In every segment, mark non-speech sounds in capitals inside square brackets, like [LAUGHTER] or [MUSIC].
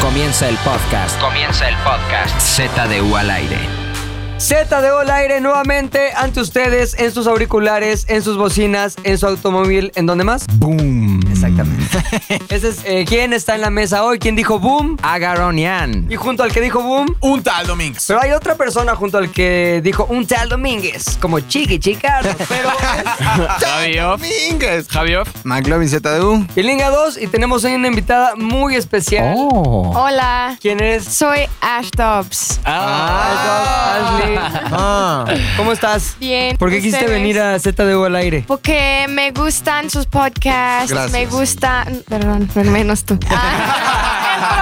Comienza el podcast. Comienza el podcast. Z de U al aire. Z de al aire nuevamente ante ustedes, en sus auriculares, en sus bocinas, en su automóvil, ¿en dónde más? Boom. Exactamente. [LAUGHS] Ese es eh, quién está en la mesa hoy, quién dijo boom. Agaronian. Y junto al que dijo boom, Un tal Domínguez. pero hay otra persona junto al que dijo un tal Domínguez, como Chiqui [LAUGHS] Chicardo, pero Javier. Domínguez. Javier. McLovin ZDU. es Linga 2 y tenemos hoy una invitada muy especial. Oh. Hola, ¿Quién es? soy Ash Dobbs. Ah. Ashley. ¿Cómo estás? Bien. ¿Por qué quisiste ¿ustedes? venir a Z de U al aire? Porque me gustan sus podcasts. Gracias. Me gustan. Perdón, pero menos tú. Ah, es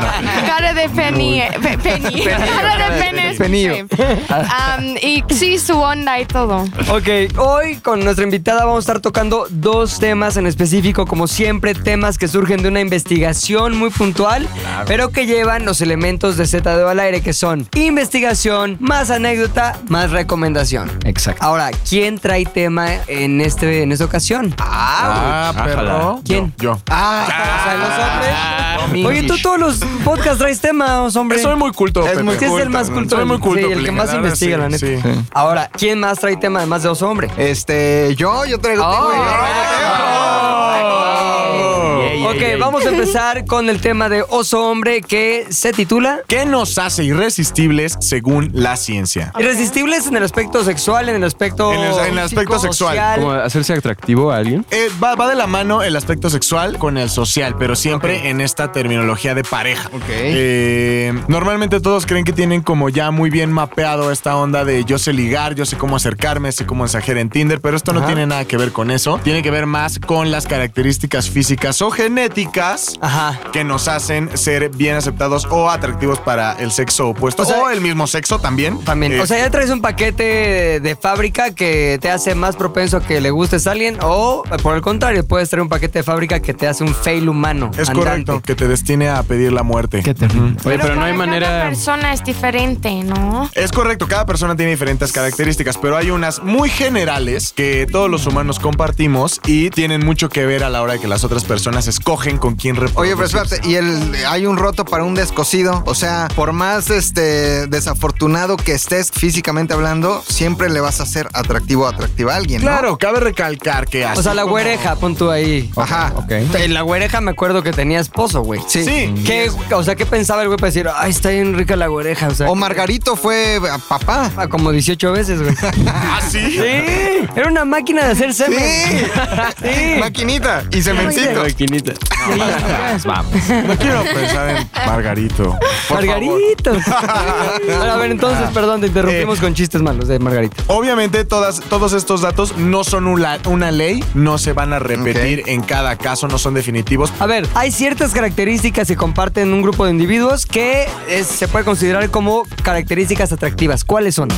broma. Cara de Penny. eh, Pe- Penny. Cara de Penny. Penillo. Um, y sí, su onda y todo. Ok, hoy con nuestra invitada vamos a estar tocando dos temas en específico, como siempre, temas que surgen de una investigación muy puntual, pero que llevan los elementos de Z2 al aire, que son investigación, más anécdota, más recomendación. Exacto. Ahora, ¿quién trae tema en, este, en esta ocasión? Ah, perro. ¿Quién? Ah, Yo. O sea, los hombres. Ah, Oye, tú todos los podcasts traes temas, hombre. Soy muy culto. Es Pepe. muy Sí, es el más culto, culto. Soy muy culto. Sí, el que Pelín. más La verdad, investiga, la neta. sí, sí. Ahora, ¿quién más trae tema además de dos hombres? Este, yo, yo traigo. Oh. tengo- Oh. Ey, ey, Ok, ey. vamos a empezar con el tema de oso hombre que se titula ¿Qué nos hace irresistibles según la ciencia? Irresistibles en el aspecto sexual, en el aspecto. En el- en el aspecto físico, sexual. social. Como hacerse atractivo a alguien. Eh, va, va de la mano el aspecto sexual con el social, pero siempre en esta terminología de pareja. Ok. Eh, normalmente todos creen que tienen como ya muy bien mapeado esta onda de yo sé ligar, yo sé cómo acercarme, sé cómo mensajear en Tinder, pero esto no tiene nada que ver con eso. Tiene que ver más con las características físicas o genéticas Ajá. que nos hacen ser bien aceptados o atractivos para el sexo opuesto O o, sea- el mismo sexo también. También. Eh, O sea, ya traes un paquete de fábrica que te hace más propenso a que le gustes a alguien, o por el contrario, puedes traer un paquete de fábrica que te hace un fail humano. es andante. correcto que te destine a pedir la muerte. Oye, pero no hay cada manera. persona es diferente, ¿no? Es correcto, cada persona tiene diferentes características, pero hay unas muy generales que todos los humanos compartimos y tienen mucho que ver a la hora de que las otras personas escogen con quién Oye, reproducirse. pero espérate, y el, hay un roto para un descosido. O sea, por más este desafortunado que estés físicamente hablando, siempre le vas a ser atractivo o atractiva a alguien. ¿no? Claro, cabe recalcar que así O sea, la como- güereja, pon tú ahí. Ajá. En La güereja me acuerdo que tenía esposo, güey. Sí. Sí. ¿Qué, o sea, ¿qué pensaba el güey para decir, ay, está bien rica la güereja? O sea, O Margarito fue eh, papá. Ah, Como 18 veces, [LAUGHS] güey. ¿Ah, sí? Sí, era una máquina de hacer semen. Sí. [LAUGHS] Sí. Maquinita y cementito. Maquinita. Vamos. No quiero pensar en Margarito. por favor. Margarito. [LAUGHS] Bueno, a ver, entonces, perdón, te interrumpimos Eh. con chistes malos de Margarito. Obviamente todas, todos estos datos no son una, una ley, no se van a repetir en cada caso, no son definitivos. A ver, hay ciertas características que comparten un grupo de individuos que es- se puede considerar como características atractivas. ¿Cuáles son?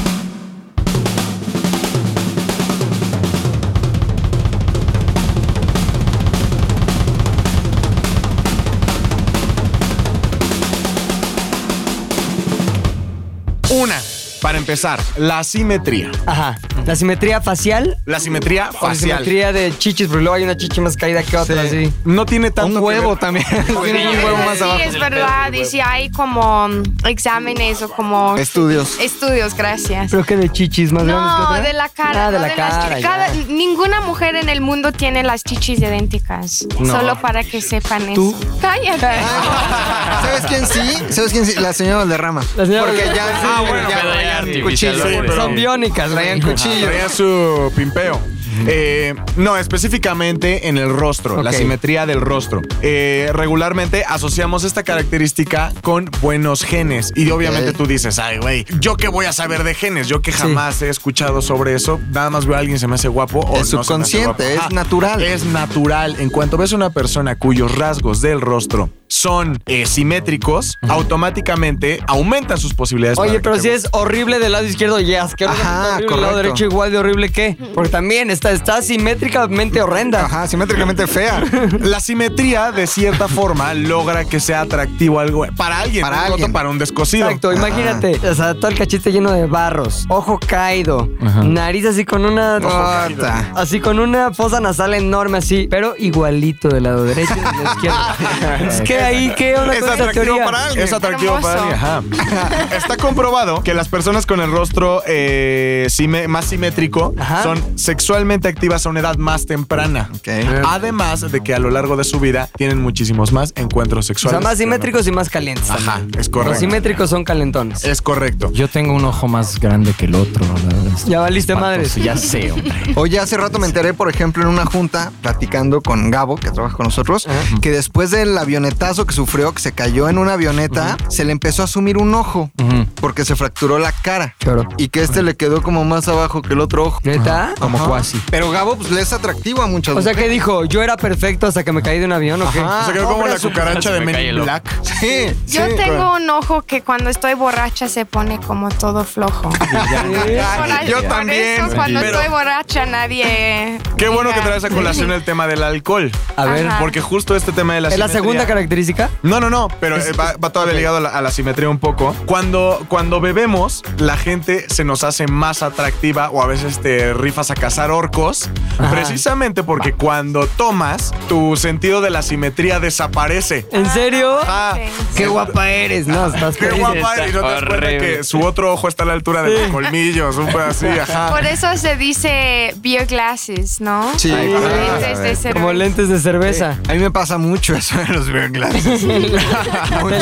Una, para empezar, la simetría. Ajá. La simetría facial. La simetría O la facial. simetría de chichis, porque luego hay una chichi más caída que otra, Sí. sí. No tiene tanto que ver- [LAUGHS] también. Tiene un huevo más sí, abajo. es verdad. Y si hay como mm, exámenes o como Estudios. estudios, gracias. Creo que de chichis más grandes que No, otra. de la cara. Ah, de no la de las cara. chi- ya. cada- ninguna mujer en el mundo tiene las chichis idénticas. Solo para que sepan ¿Tú? eso. Cállate. [LAUGHS] [LAUGHS] ¿Sabes quién sí? ¿Sabes quién sí? La señora Valderrama. La señora Porque ya, Valderrama. sí, Ah, bueno, ya pero ya traían artificial, cuchillo. Sí, Sí, pero- Son biónicas, Traían güey. cuchillo. Traía su pimpeo. Eh, no, específicamente en el rostro, la Ok. simetría del rostro. Eh, regularmente asociamos esta característica con buenos genes. Y obviamente Ok. tú dices, ay, güey, yo qué voy a saber de genes, yo que jamás he escuchado sobre eso. Nada más veo a alguien, se me hace guapo Es o no se me hace subconsciente, guapo. es natural. Es natural. En cuanto ves a una persona cuyos rasgos del rostro son eh, simétricos, automáticamente aumentan sus posibilidades. Oye, para que pero te si guste. es horrible del lado izquierdo, ya asqueroso. Ajá, horrible del lado correcto. derecho igual de horrible que. Porque también está, está simétricamente horrenda. Ajá, simétricamente fea. [LAUGHS] La simetría, de cierta forma, logra que sea atractivo algo para alguien, Para para, alguien. para un descosido. Exacto, imagínate. O sea, todo el cachete lleno de barros, ojo caído, nariz así con una. Ota. Así con una fosa nasal enorme así, pero igualito del lado derecho y del izquierdo. es que ahí? ¿Qué onda Es con esa atractivo teoría? para alguien. Es atractivo Hermoso. para alguien, ajá. [LAUGHS] Está comprobado que las personas con el rostro eh, sime- más simétrico Ajá. son sexualmente activas a una edad más temprana. Ok. Además de que a lo largo de su vida tienen muchísimos más encuentros O sexuales. sea, más simétricos y más calientes. Ajá, es Los Ah, correcto. simétricos son calentones. Es correcto. Yo tengo un ojo más grande que el otro. la verdad. Ya valiste madres. Espantoso, Ya sé, hombre. Oye, hace rato me enteré, por ejemplo, en una junta platicando con Gabo, que trabaja con nosotros, que después del avionetazo que sufrió, que se cayó en una avioneta, se le empezó a asumir un ojo Ujú. porque se fracturó la cara Claro. y que este le quedó como más abajo que el otro ojo. ¿Neta? Como Ajá. cuasi. Pero Gabo pues, le es atractivo a muchas O sea, ¿qué dijo? ¿Yo era perfecto hasta que me caí de un avión o qué? Ajá. O sea, quedó como la cucaracha se de me Men cae in el ojo. Black. Ah, Sí, Yo sí. tengo un ojo que cuando estoy borracha se pone como todo flojo. Por ahí- Yo por también, eso, cuando pero- estoy borracha nadie. Qué bueno que diga- traes a [LAUGHS] colación el tema del alcohol. A ver. Ajá. Porque justo este tema de la ¿Es la simetría- segunda característica? No, no, no, pero eh, va, va todavía ligado a la, a la simetría un poco. Cuando, cuando bebemos, la gente se nos hace más atractiva o a veces te rifas a cazar orcos, Ajá. precisamente porque cuando tomas, tu sentido de la simetría desaparece. ¿En serio? Ah, Sí. Qué guapa eres. No, estás qué feliz. guapa eres, y no te das cuenta Horrible. que su otro ojo está a la altura de los colmillos, un pedo así, ajá. Por eso se dice beer glasses, ¿no? Sí. Como Ah, lentes de cerveza. Como lentes de cerveza. A mí me pasa mucho eso de los beer glasses. ¿Te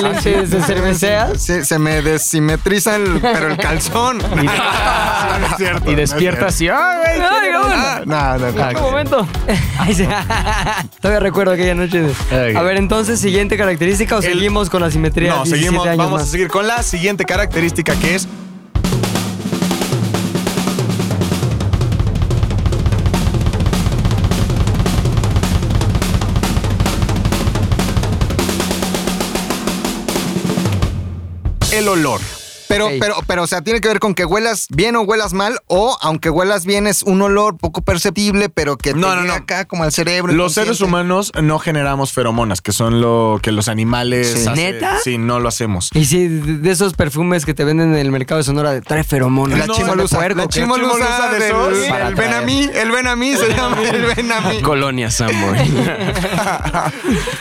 lentes de cerveceas? Sí, se me desimetriza el, pero el calzón. [LAUGHS] Ah, no es cierto, no Y es despierta cierto. así. ¡Ay, güey! Ay, Ah, no, no, no. Un [LAUGHS] momento. Ay, sí. Todavía recuerdo aquella noche. de- Ok. A ver, entonces, siguiente característica o El- seguimos con la simetría. No, 17 seguimos, años vamos a más? seguir con la siguiente característica que es el olor. Pero, Ok. pero, pero, o sea, tiene que ver con que huelas bien o huelas mal, o aunque huelas bien es un olor poco perceptible, pero que te No, no, llega no. acá como al cerebro. Los seres inconsciente. humanos no generamos feromonas, que son lo que los animales Sí. hacen. ¿Neta? Sí, no lo hacemos. Y sí, de de esos perfumes que te venden en el mercado de Sonora de trae feromonas. La No, chimolusa, de puerco, la que- chimolusa, chimolusa de del- esos. el, Para traer. Benamí, el Benamí [LAUGHS] se llama el Benamí. Colonia Samboy.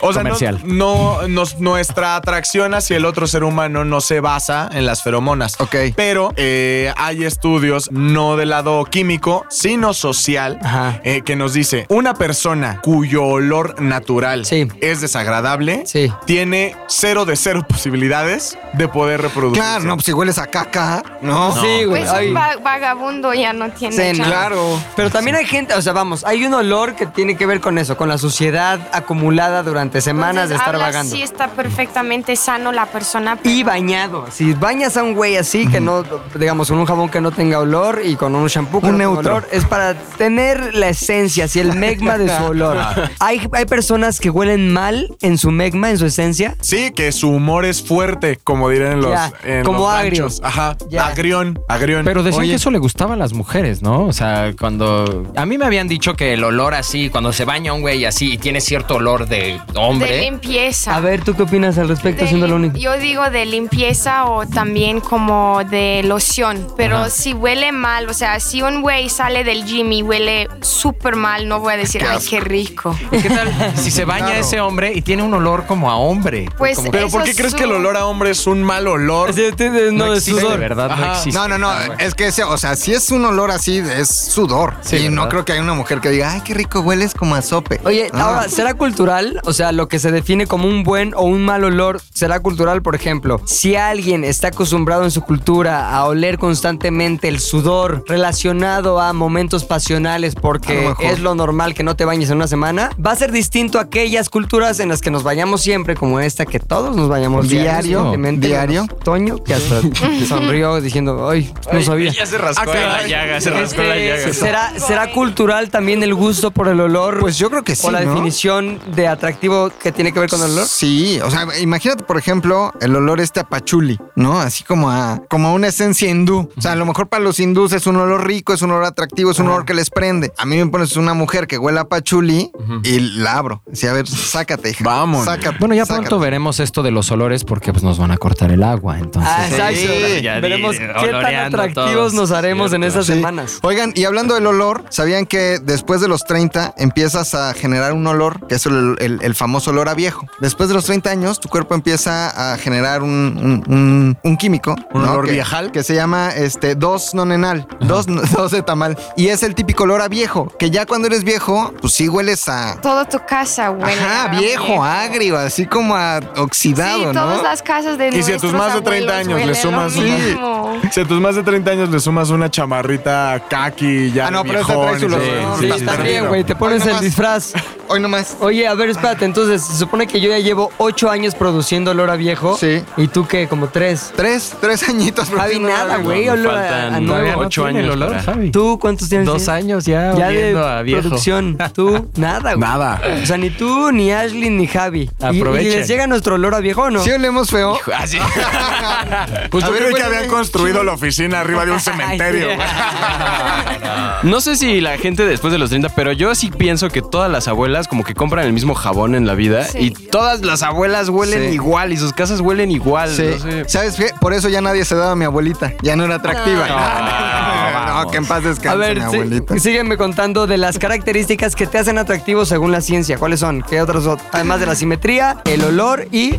O sea, no- Comercial. No, nos- nuestra atracción hacia el otro ser humano no se basa en las feromonas. Ok. Pero eh, hay estudios, no del lado químico, sino social, Ajá. eh, que nos dice una persona cuyo olor natural Sí. es desagradable, Sí. tiene cero de cero [LAUGHS] posibilidades de poder reproducir. Claro, no, pues si hueles a caca, no. Sí, güey. Pues ay. un va- vagabundo ya no tiene Sí, chance. Claro. Pero también hay gente, o sea, vamos, hay un olor que tiene que ver con eso, con la suciedad acumulada durante semanas de estar hablas vagando. Sí está perfectamente sano la persona. Y bañado. Si bañas a un güey así, que no, digamos, con un jabón que no tenga olor y con un shampoo que Un no tenga neutro. olor, es para tener la esencia, así el megma de su olor. hay, hay personas que huelen mal en su megma, en su esencia. Sí, que su humor es fuerte, como dirán los. Ya, en como los agrio. ranchos. Ajá. Ya. Agrión. [LAUGHS] Agrión. Pero decían Oye, que eso le gustaba a las mujeres, ¿no? O sea, cuando. A mí me habían dicho que el olor así, cuando se baña un güey así y tiene cierto olor de De hombre. limpieza. A ver, ¿tú qué opinas al respecto, De siendo lo lim- único? Yo digo de limpieza o también como de loción, pero Ajá. si huele mal, o sea, si un güey sale del gym y huele súper mal, no voy a decir, ay, qué rico. ¿Qué tal si se baña ese hombre y tiene un olor como a hombre? Pues Como ¿Pero eso por qué es crees su- que el olor a hombre es un mal olor? Sí, tiene- no, no de existe, sudor. ¿verdad? Ajá. No existe. No, no, no, Ah, bueno. es que ese, o sea, si es un olor así, es sudor. Sí, y no ¿verdad? creo que haya una mujer que diga, ay, qué rico hueles como a sope. Oye, Ah. ahora, ¿será cultural? O sea, lo que se define como un buen o un mal olor, ¿será cultural? Por ejemplo, si alguien está acostumbrado en su cultura a oler constantemente el sudor relacionado a momentos pasionales A lo porque mejor. es lo normal que no te bañes en una semana, va a ser distinto a aquellas culturas en las que nos bañamos siempre, como esta que todos nos bañamos Pues Diario, constantemente, diario. menos Toño, que hasta [LAUGHS] sonrió diciendo, ay, no sabía. Este, se Ah, rascó la llaga, se rascó la llaga. ¿Será, ¿Será cultural también el gusto por el olor? Pues yo creo que sí, O la ¿no? definición de atractivo que tiene que ver con el olor. Sí, o sea, imagínate, por ejemplo, el olor este a pachuli, ¿no? Así como a, como a una esencia hindú. O sea, a lo mejor para los hindús es un olor rico, es un olor atractivo, es un olor que les prende. A mí me pones una mujer que huela a pachuli y la abro. Así, a ver, sácate, hija. Vamos. Sácate, Bueno, ya sácate. pronto veremos esto de los olores porque pues, nos van a cortar el agua. Entonces, Ah, exacto. Sí. Ya [LAUGHS] Veremos di- qué tan oloreando atractivos todos, nos haremos en cierto. esas Sí. semanas. Oigan, y hablando del olor, ¿sabían que después de los 30 empiezas a generar un olor, que es el, el- el famoso olor a viejo? Después de los 30 años, tu cuerpo empieza a generar un, un- un- un químico. ¿Un olor que, viejal? Que se llama este, dos nonenal, dos, [LAUGHS] dos de tamal. Y es el típico olor a viejo, que ya cuando eres viejo, pues sí hueles a... Toda tu casa huele. ajá, a viejo, agrio, así como a Sí, oxidado, ¿no? todas las casas de Y si a tus nuestros más de 30 abuelos años le huelen lo sumas una- mismo. Si a tus más de 30 años le sumas una chamarrita kaki ya Ah, no, de pero esta trae viejón, su sí, olor. sí, Sí, sí, está sí. bien, güey. Te pones el Hoy nomás. disfraz. Hoy nomás. Oye, a ver, espérate. Entonces, se supone que yo ya llevo ocho años produciendo olor a viejo. Sí. Pues ¿Y tú qué? Como tres. Tres, tres añitos. Javi, produciendo olor a nada, viejo. güey. Olor a, faltan a nuevo. todavía Ocho tiene años. el olor, para- Javi. ¿Tú cuántos tienes? Dos años ya, Ya de oliendo a viejo. producción. Tú, nada, güey. Nada. O sea, ni tú, ni Ashley, ni Javi. Y- Y, Aprovechen. les llega nuestro olor a viejo, ¿o ¿no? ¿Sí olemos feo? Pues yo A ver, creí que huéleme. habían construido la oficina arriba de un cementerio. Ay, No sé si la gente después de los 30, pero yo sí pienso que todas las abuelas como que compran el mismo jabón en la Ah, vida Sí. [LAUGHS] y todas las abuelas huelen Sí. igual y sus casas huelen igual. Sí. no sé. ¿Sabes qué? Por eso ya nadie se daba a mi abuelita. Ya no era atractiva. [LAUGHS] No, que en paz descanse A ver, mi sí- abuelita. sígueme contando de las características que te hacen atractivo según la ciencia. ¿Cuáles son? ¿Qué otras? son? Además de la simetría, el olor y...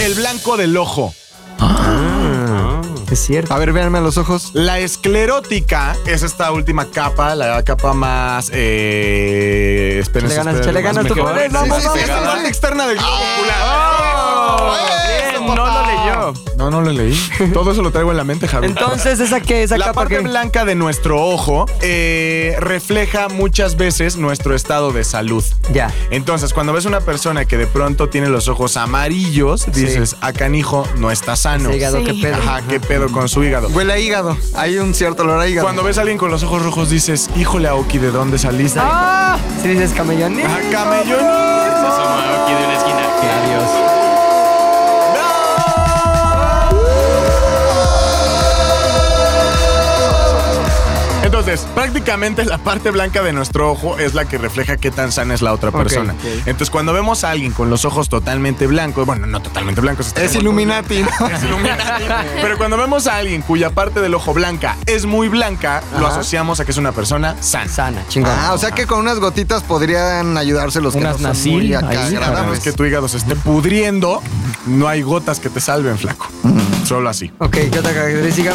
El blanco del ojo. Es cierto. A ver, véanme a los ojos. La esclerótica es esta última capa, la capa más. Eh, espérense, Échale ganas, espérense, échale más ganas, tú mejor. puedes, vamos, Sí, sí, vamos, sí, vamos. es la externa del globo ocular. Bien, no lo leyó. No, no lo leí. Todo eso lo traigo en la mente, Javi. Entonces, ¿esa qué? ¿Esa La capa parte qué? blanca de nuestro ojo eh, refleja muchas veces nuestro estado de salud. Ya. Entonces, cuando ves una persona que de pronto tiene los ojos amarillos, dices, a canijo no está sano. Ese hígado, Sí. qué pedo. Ajá, qué pedo con su hígado. Huele a hígado. Hay un cierto olor a hígado. Cuando ves a alguien con los ojos rojos, dices, híjole, Aoki, ¿de dónde saliste? ¡Ah, Si dices camellón. camellón! Se asoma aquí de una esquina. Entonces, prácticamente la parte blanca de nuestro ojo es la que refleja qué tan sana es la otra persona. Entonces, cuando vemos a alguien con los ojos totalmente blancos, bueno, no totalmente blancos, Es ilumina. Illuminati. ¿no? Es Illuminati. Pero cuando vemos a alguien cuya parte del ojo blanca es muy blanca, lo asociamos a que es una persona sana. Sana, chingón. [LAUGHS] Ah, o sea que con unas gotitas podrían ayudarse los que Unas no son Nasil, muy ahí, acá Cada agradables. vez que tu hígado se esté pudriendo, no hay gotas que te salven, flaco. Solo así. Ok, ¿qué otra característica?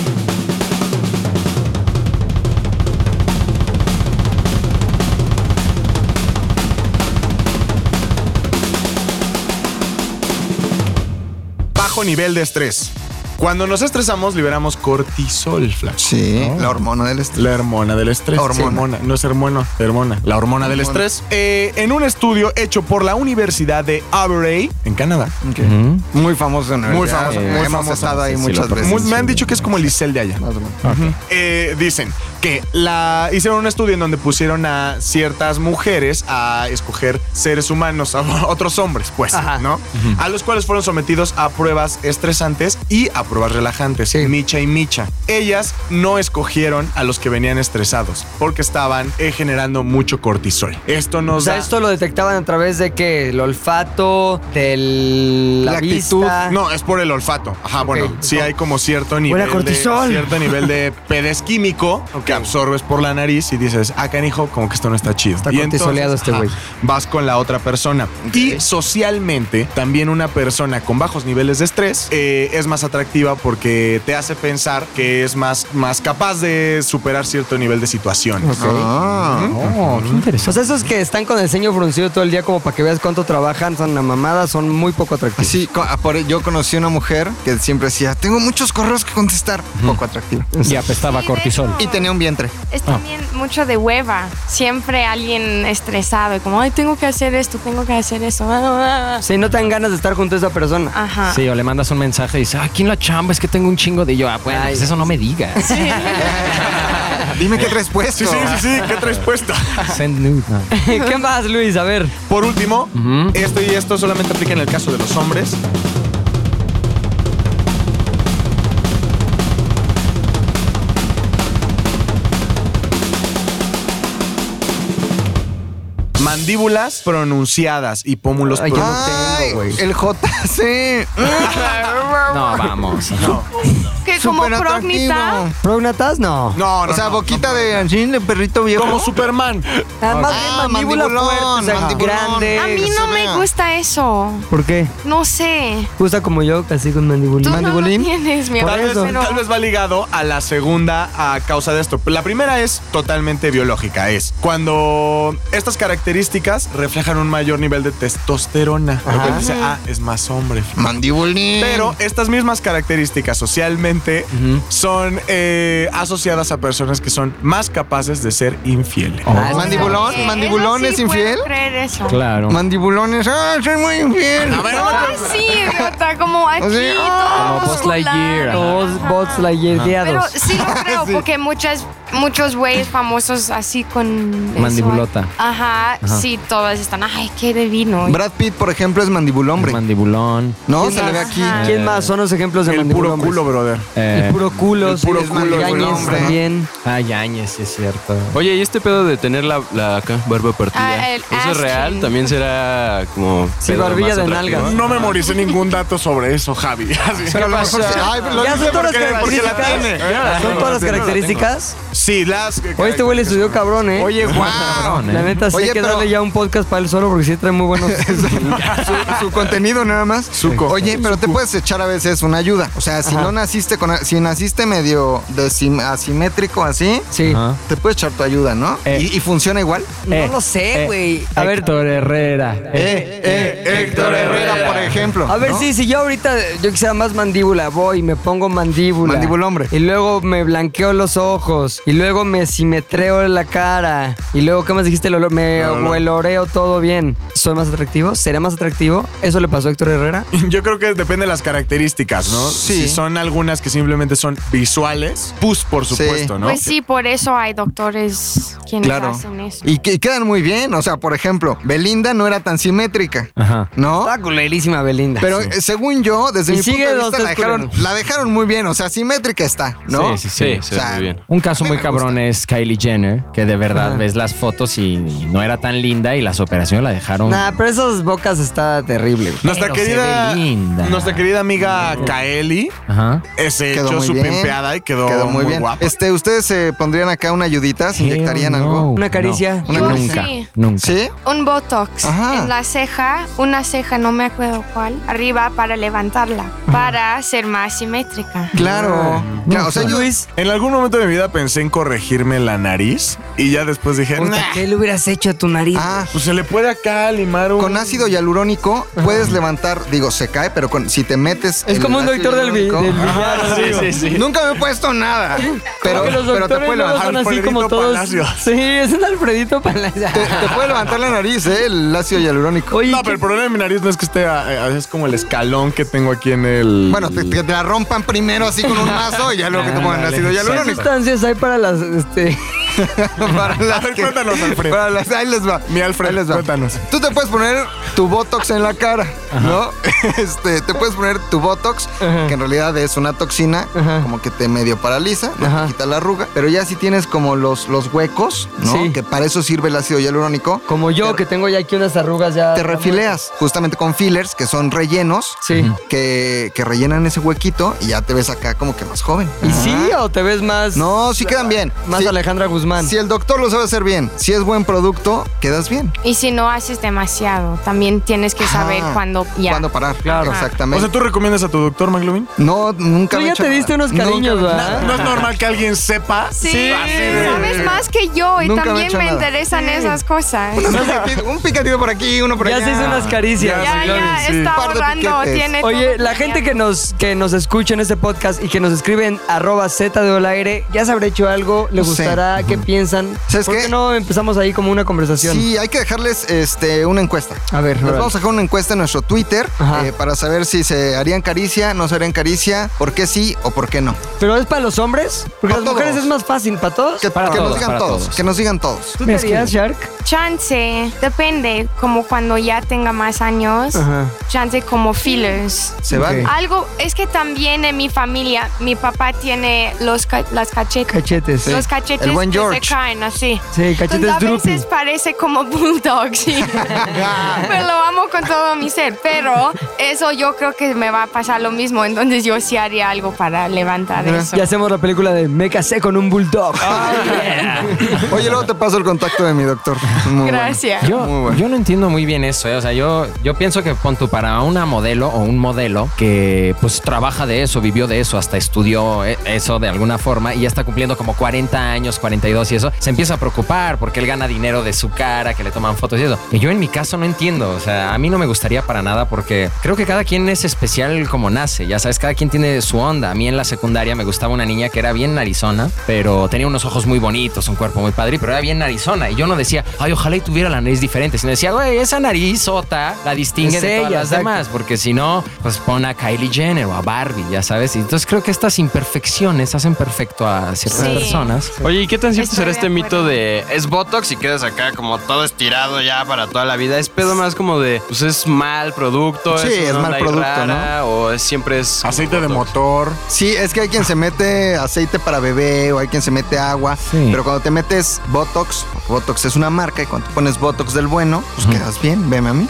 Bajo nivel de estrés. Cuando nos estresamos, liberamos cortisol, flaco. Sí, la hormona del estrés. La hormona del estrés. La hormona. Sí, No es hermano, hormona. La hormona del Hormona. estrés. Eh, en un estudio hecho por la Universidad de Avery, en Canadá. Muy famoso. ¿no? Muy Ya famoso, muy Hemos famoso. estado ahí Sí, sí, muchas lo Mu- veces. Me han dicho que es como el Isel de allá. Más o menos. Eh, dicen que la hicieron un estudio en donde pusieron a ciertas mujeres a escoger seres humanos, a [LAUGHS] otros hombres, pues, Ajá. ¿no? A los cuales fueron sometidos a pruebas estresantes y a pruebas relajantes, micha y micha. Ellas no escogieron a los que venían estresados porque estaban eh, generando mucho cortisol. Esto O nos sea, da esto lo detectaban a través de que el olfato, del la, La actitud, vista. No, es por el olfato. Ajá, bueno, sí hay como cierto nivel, Huele a cortisol. De, cierto nivel de [LAUGHS] pedes químico que absorbes por la nariz y dices, ah, canijo, como que esto no está chido. Está Y cortisoleado este ajá, güey. Vas con la otra persona. Y socialmente, también una persona con bajos niveles de estrés eh, es más atractiva porque te hace pensar que es más, más capaz de superar cierto nivel de situaciones. Ah. Oh, qué O interesante. sea, esos que están con el ceño fruncido todo el día como para que veas cuánto trabajan, son una mamada, son muy poco atractivos. Sí, co- ah, por- yo conocí una mujer que siempre decía, tengo muchos correos que contestar. Poco atractiva. Y apestaba a cortisol. Y tenía un vientre. Ah. Es también mucho de hueva. Siempre alguien estresado, y como, ay, tengo que hacer esto, tengo que hacer eso. Si no te dan ganas de estar junto a esa persona. Ajá. Sí, o le mandas un mensaje y dices, ah, ¿quién la chamba? Es que tengo un chingo de y yo. Ah, bueno, Ay. pues eso no me digas. Dime qué traes puesto. Sí, sí, sí, sí, ¿qué traes puesta? Send nude. No. ¿Qué más, Luis? A ver. Por último, esto y esto solamente aplica en el caso de los hombres. Mandíbulas pronunciadas y pómulos Ay, yo no pronunciados. Ay, el JC. No, vamos. No. Que como Súper prógnita. atractivo. ¿Prognatas? No. No, no, O sea, no, boquita de anchín de perrito viejo. Como Superman. Ah, más Ah, bien mandíbula mandibulón, fuerte, o sea, mandibulón. grande. A mí que no se me vea. gusta eso. ¿Por qué? No sé. Gusta como yo, así con mandibulín. Tú no lo mandibulín. tienes, mi Por amor, Tal vez, eso. pero- tal vez va ligado a la segunda a causa de esto. La primera es totalmente biológica. Es cuando estas características reflejan un mayor nivel de testosterona. Lo cual dice, ah, es más hombre. Mandibulín. Pero estas mismas características socialmente son eh, asociadas a personas que son más capaces de ser infieles. Ah, mandibulón, Eh, mandibulón eso es sí puedo infiel. creer eso. Claro. Mandibulón es, ah, soy muy infiel. Ay, sí, idiota, como aquí, [LAUGHS] O sea, ah, todo como Buzz Lightyear. muscular. Dos bots Pero layereados. sí lo creo, porque muchas, muchos güeyes famosos así con... eso. Mandibulota. Ajá, sí, todas están, ay, qué divino. Brad Pitt, por ejemplo, es mandibulón, hombre. Mandibulón. No, ¿Quién se le ve más? aquí. Ajá. ¿Quién más? Son los ejemplos de El puro mandibulón. culo, brother. Eh, El puro culo. El puro sí, culo, Yáñez el buen hombre. también. Ah, Yañez, sí es cierto. Oye, ¿y este pedo de tener la, la acá, barba partida? Ah, el ¿Eso es real? asking. También será como. Sí, pedo barbilla más de atractivo? nalgas. No memoricé ningún dato sobre eso, Javi. [LAUGHS] Así. Pero a lo mejor sí. Ay, lo Ya dice son todas las porque- porque la tiene. características. Son todas las características. Sí, las. Oye, este güey le estudió cabrón, ¿eh? Oye, wow. Cabrón, ¿eh? La neta, sí hay Oye, que pero- darle ya un podcast para él solo porque sí trae muy [LAUGHS] buenos. su, su contenido nada más. Suco. Oye, pero te puedes echar a veces una ayuda. O sea, si Ajá. no naciste con si naciste medio desim- asimétrico así, Sí. Ajá. te puedes echar tu ayuda, ¿no? Eh. Y, y funciona igual. Eh, no lo sé, eh, güey. a A ver, Héctor Herrera. Eh, eh, Héctor Herrera, por ejemplo. a ver ¿no? sí, si yo ahorita eh, yo quisiera más mandíbula, voy y me pongo mandíbula. Mandíbula hombre. Y luego me blanqueo los ojos. Y luego me simetreo la cara. Y luego, ¿qué más dijiste? El olor- me oloreo todo bien. ¿Soy más atractivo? ¿Será más atractivo? ¿Eso le pasó a Héctor Herrera? [LAUGHS] Yo creo que depende de las características, ¿no? Sí. Si son algunas que simplemente son visuales, pus, por supuesto, ¿no? Pues sí, por eso hay doctores quienes Claro. hacen eso. Y, que, y quedan muy bien. O sea, por ejemplo, Belinda no era tan simétrica, Ajá. ¿no? Está culerísima Belinda. Pero eh, según yo, desde Ah, Y mi sigue punto de los tres vista, la dejaron, culeros. la dejaron muy bien. O sea, simétrica está, ¿no? Sí, sí, Sí, sí. se O sea, ve bien. Un caso A mí muy me cabrón gusta. es Kylie Jenner, que de verdad Ah. ves las fotos y no era tan linda y las operaciones la dejaron. Nah, pero esas bocas está terrible. güey. Nuestra Pero se querida, ve linda. nuestra querida amiga Kaeli Ajá. eh, se Quedó echó muy su bien. pimpeada y quedó, muy, guapa. Este, ¿ustedes se pondrían acá una ayudita? ¿Se inyectarían Hell no. algo? Una caricia. Yo Una Nunca, sí. nunca. ¿Sí? Un botox Ajá. en la ceja, una ceja, no me acuerdo cuál, arriba para levantarla, para ser más simétrica. Claro. Claro, o sea, yo, Luis, En algún momento de mi vida pensé en corregirme la nariz y ya después dije, puta, "Nah, ¿qué le hubieras hecho a tu nariz? ah, pues se le puede acá limar un... con ácido hialurónico puedes levantar, digo, se cae, pero con, si te metes. es el como un ácido doctor del, vi- hialurónico- del Ajá. billar, amigo. Nunca me he [LAUGHS] puesto nada. Pero, Porque los pero te doctores puede luego levantar. son así Alfredito como todos. Palacio. Sí, es un Alfredito Palacio. Te, te puede levantar la nariz, ¿eh? El ácido hialurónico. Oye, No, pero el problema de mi nariz no es que esté, a- a- es como el escalón que tengo aquí en el... Bueno, te, que te la rompan primero así con un mazo y ya luego que Ah, te pongan ácido ¿qué hialurónico. sustancias hay para las. Este, [LAUGHS] Para A las ver, que- cuéntanos, Alfred. para las- ahí les va. Mi Alfred, Ahí les va. cuéntanos. Tú te puedes poner tu Botox en la cara, ¿no? [LAUGHS] Este, te puedes poner tu Botox, Ajá. que en realidad es una toxina, Ajá. como que te medio paraliza, ¿no? Ajá. te quita la arruga. Pero ya si tienes como los, los huecos, ¿no? Sí. Que para eso sirve el ácido hialurónico. como yo, que tengo ya aquí unas arrugas ya. Te refileas justamente con fillers, que son rellenos, Sí. que, que rellenan ese huequito y ya te ves acá como que más joven. ¿Y sí o te ves más. No, sí quedan bien. Más Sí. Alejandra Guzmán. Si el doctor lo sabe hacer bien, si es buen producto, quedas bien. Y si no haces demasiado, también tienes que saber Ah, cuándo ya. ¿Cuándo parar? Claro. Exactamente. O sea, ¿tú recomiendas a tu doctor McLovin? no, Tú nunca me he ya hecho- te diste unos nunca cariños, me- ¿verdad? No es normal que alguien sepa. Sí, Así de- sabes más que yo y Nunca me he también hecho me nada. interesan esas cosas. [LAUGHS] Un picadillo- Un picadillo por aquí, uno por Ya allá. se hizo unas caricias. Ya, ya, sí. está Par de ahorrando. piquetes. Tiene Oye, todo la gente planeado. que nos, que nos escucha en este podcast y que nos escribe en arroba Z de Ola aire, ya se habrá hecho algo, le Sí. gustará, qué piensan. ¿Sabes ¿Por qué? qué no empezamos ahí como una conversación? Sí, hay que dejarles este, una encuesta. A ver, Les órale. vamos a dejar una encuesta en nuestro Twitter Ah, Ajá. eh, para saber si se harían caricia, no se harían caricia, por qué sí o por qué no. ¿Pero es para los hombres? Porque Para las mujeres todos. es más fácil, ¿para todos? Que, Para que todos, nos digan para todos, todos. Que nos digan todos. ¿Tú te harías, Shark? Chance, depende, como cuando ya tenga más años, Ajá. chance como fillers. Se Ok. vale. Algo, es que también en mi familia, mi papá tiene los ca- las cachetes. Cachetes. Los cachetes El buen que George. se caen así. Sí, cachetes Entonces, Pues, a droopy. veces parece como bulldog, sí. [LAUGHS] Ah. pero lo amo con todo mi ser. Pero eso yo creo que me va a pasar lo mismo. Entonces yo sí haría algo para levantar eso. Y hacemos la película de Me casé con un bulldog. Oye, luego te paso el contacto de mi doctor. Muy bueno. Gracias. Yo, Muy bueno. yo no entiendo muy bien eso, ¿eh? o sea, yo, yo pienso que pon tú, para una modelo o un modelo que pues trabaja de eso, vivió de eso, hasta estudió eh, eso de alguna forma y ya está cumpliendo como 40 años, 42 y eso, se empieza a preocupar porque él gana dinero de su cara, que le toman fotos y eso. Y yo en mi caso no entiendo, o sea, a mí no me gustaría para nada porque creo que cada quien es especial como nace, ya sabes, cada quien tiene su onda. A mí en la secundaria me gustaba una niña que era bien narizona, pero tenía unos ojos muy bonitos, un cuerpo muy padre, pero era bien narizona. Y yo no decía, ay, ojalá y tuviera la nariz diferente, sino decía, güey, esa narizota la distingue Es de todas ella, las exacto. demás, porque si no, pues pon a Kylie Jenner o a Barbie, ya sabes. Y entonces creo que estas imperfecciones hacen perfecto a ciertas Sí. personas. Oye, ¿y qué tan cierto Estoy será de este acuerdo. mito de es Botox y quedas acá como todo estirado ya para toda la vida? Es pedo más como de, pues es mal producto, Sí, es una mal onda ahí producto, rara, O es- siempre es. Aceite de Botox? motor. Sí, es que hay quien se mete aceite para bebé o hay quien se mete agua, Sí. pero cuando te metes Botox, Botox es una marca y cuando te pones Botox del bueno, pues quedas bien, veme a mí.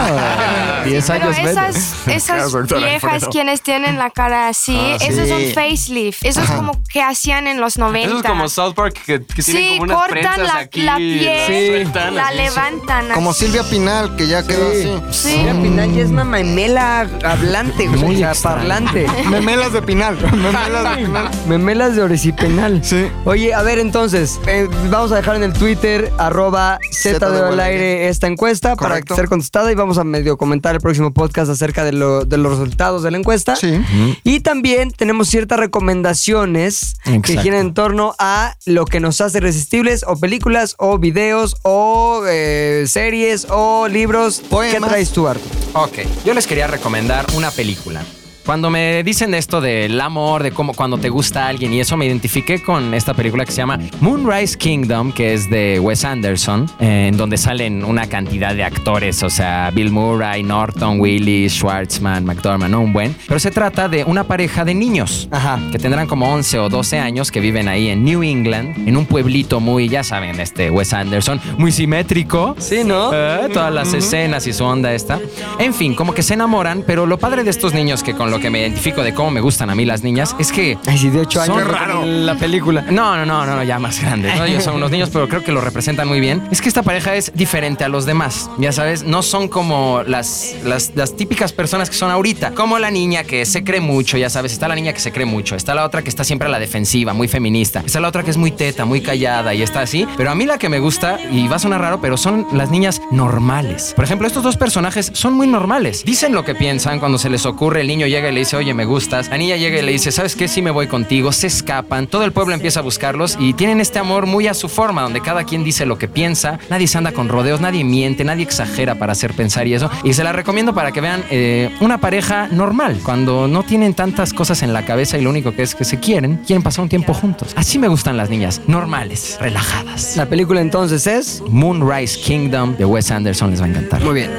Ah, 10 Pero años menos. esas, esas Claro, doctora, por viejas eso. quienes tienen la cara así, Ah, eso es sí. un facelift. Eso es Ajá. como que hacían en los 90. Eso es como South Park que, que sí, tienen como unas cortan prensas la, aquí. la y piel, sueltan la así. levantan. Como así. Silvia Pinal, que ya quedó así. Sí. Mira, Pinal ya es una memela hablante, güey. Muy o sea, extraño. parlante. Memelas de Pinal. [LAUGHS] Memelas de Pinal. Memelas de Oricipenal. Sí. Oye, a ver, entonces, eh, vamos a dejar en el Twitter, arroba Z de al al aire aire. esta encuesta Correcto. para ser contestada y vamos a medio comentar el próximo podcast acerca de, lo- de los resultados de la encuesta. Sí. Y también tenemos ciertas recomendaciones que Exacto. giran en torno a lo que nos hace irresistibles o películas o videos o eh, series o libros. ¿Qué Poemas. traes tú, Arco? Ok, yo les quería recomendar una película. Cuando me dicen esto del amor, de cómo cuando te gusta alguien y eso, me identifiqué con esta película que se llama Moonrise Kingdom, que es de Wes Anderson, eh, en donde salen una cantidad de actores, o sea, Bill Murray, Norton, Willis, Schwartzman, McDormand, no un buen. Pero se trata de una pareja de niños Ajá. que tendrán como 11 o 12 años, que viven ahí en New England, en un pueblito muy, ya saben, este Wes Anderson, muy simétrico. Sí, ¿no? Eh, todas las escenas y su onda esta. En fin, como que se enamoran, pero lo padre de estos niños que con lo que me identifico de cómo me gustan a mí las niñas es que Ay, sí, de 8 años. Son pero raro. en La película. no, no, no, no, ya más grandes. ¿no? Ellos son unos niños, pero creo que lo representan muy bien. Es que esta pareja es diferente a los demás. Ya sabes, no son como las, las, las típicas personas que son ahorita. Como la niña que se cree mucho, ya sabes. Está la niña que se cree mucho. Está la otra que está siempre a la defensiva, muy feminista. Está la otra que es muy teta, muy callada y está así. Pero a mí la que me gusta, y va a sonar raro, pero son las niñas normales. Por ejemplo, estos dos personajes son muy normales. Dicen lo que piensan cuando se les ocurre. El niño llega y le dice, oye, me gustas. La niña llega y le dice, ¿sabes qué? Sí me voy contigo. Se escapan. Todo el pueblo empieza a buscarlos y tienen este amor muy a su forma, donde cada quien dice lo que piensa. Nadie se anda con rodeos, nadie miente, nadie exagera para hacer pensar y eso. Y se la recomiendo para que vean eh, una pareja normal, cuando no tienen tantas cosas en la cabeza y lo único que es que se quieren, quieren pasar un tiempo juntos. Así me gustan las niñas, normales, relajadas. La película entonces es. Moonrise Kingdom de Wes Anderson les va a encantar. Muy bien.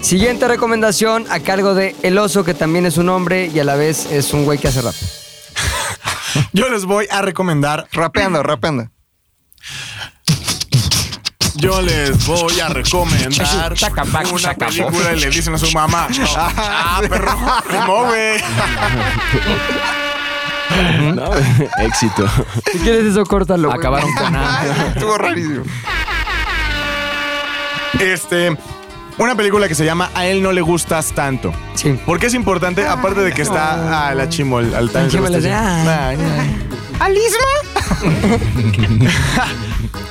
Siguiente recomendación a cargo de El Oso, que también es un hombre y a la vez es un güey que hace rap. Yo les voy a recomendar Rapeando, rapeando. Yo les voy a recomendar Saca, pac, una saca, película y le dicen a su mamá. Ah, perro, [LAUGHS] rimó, güey. Éxito. Si quieres eso, córtalo. güey. Acabaron con A. Estuvo rarísimo. Este. Una película que se llama A él no le gustas tanto. Sí. Porque es importante, aparte de que está a la chimol, al tan- La chimol, ah. Ay, ay. [LAUGHS]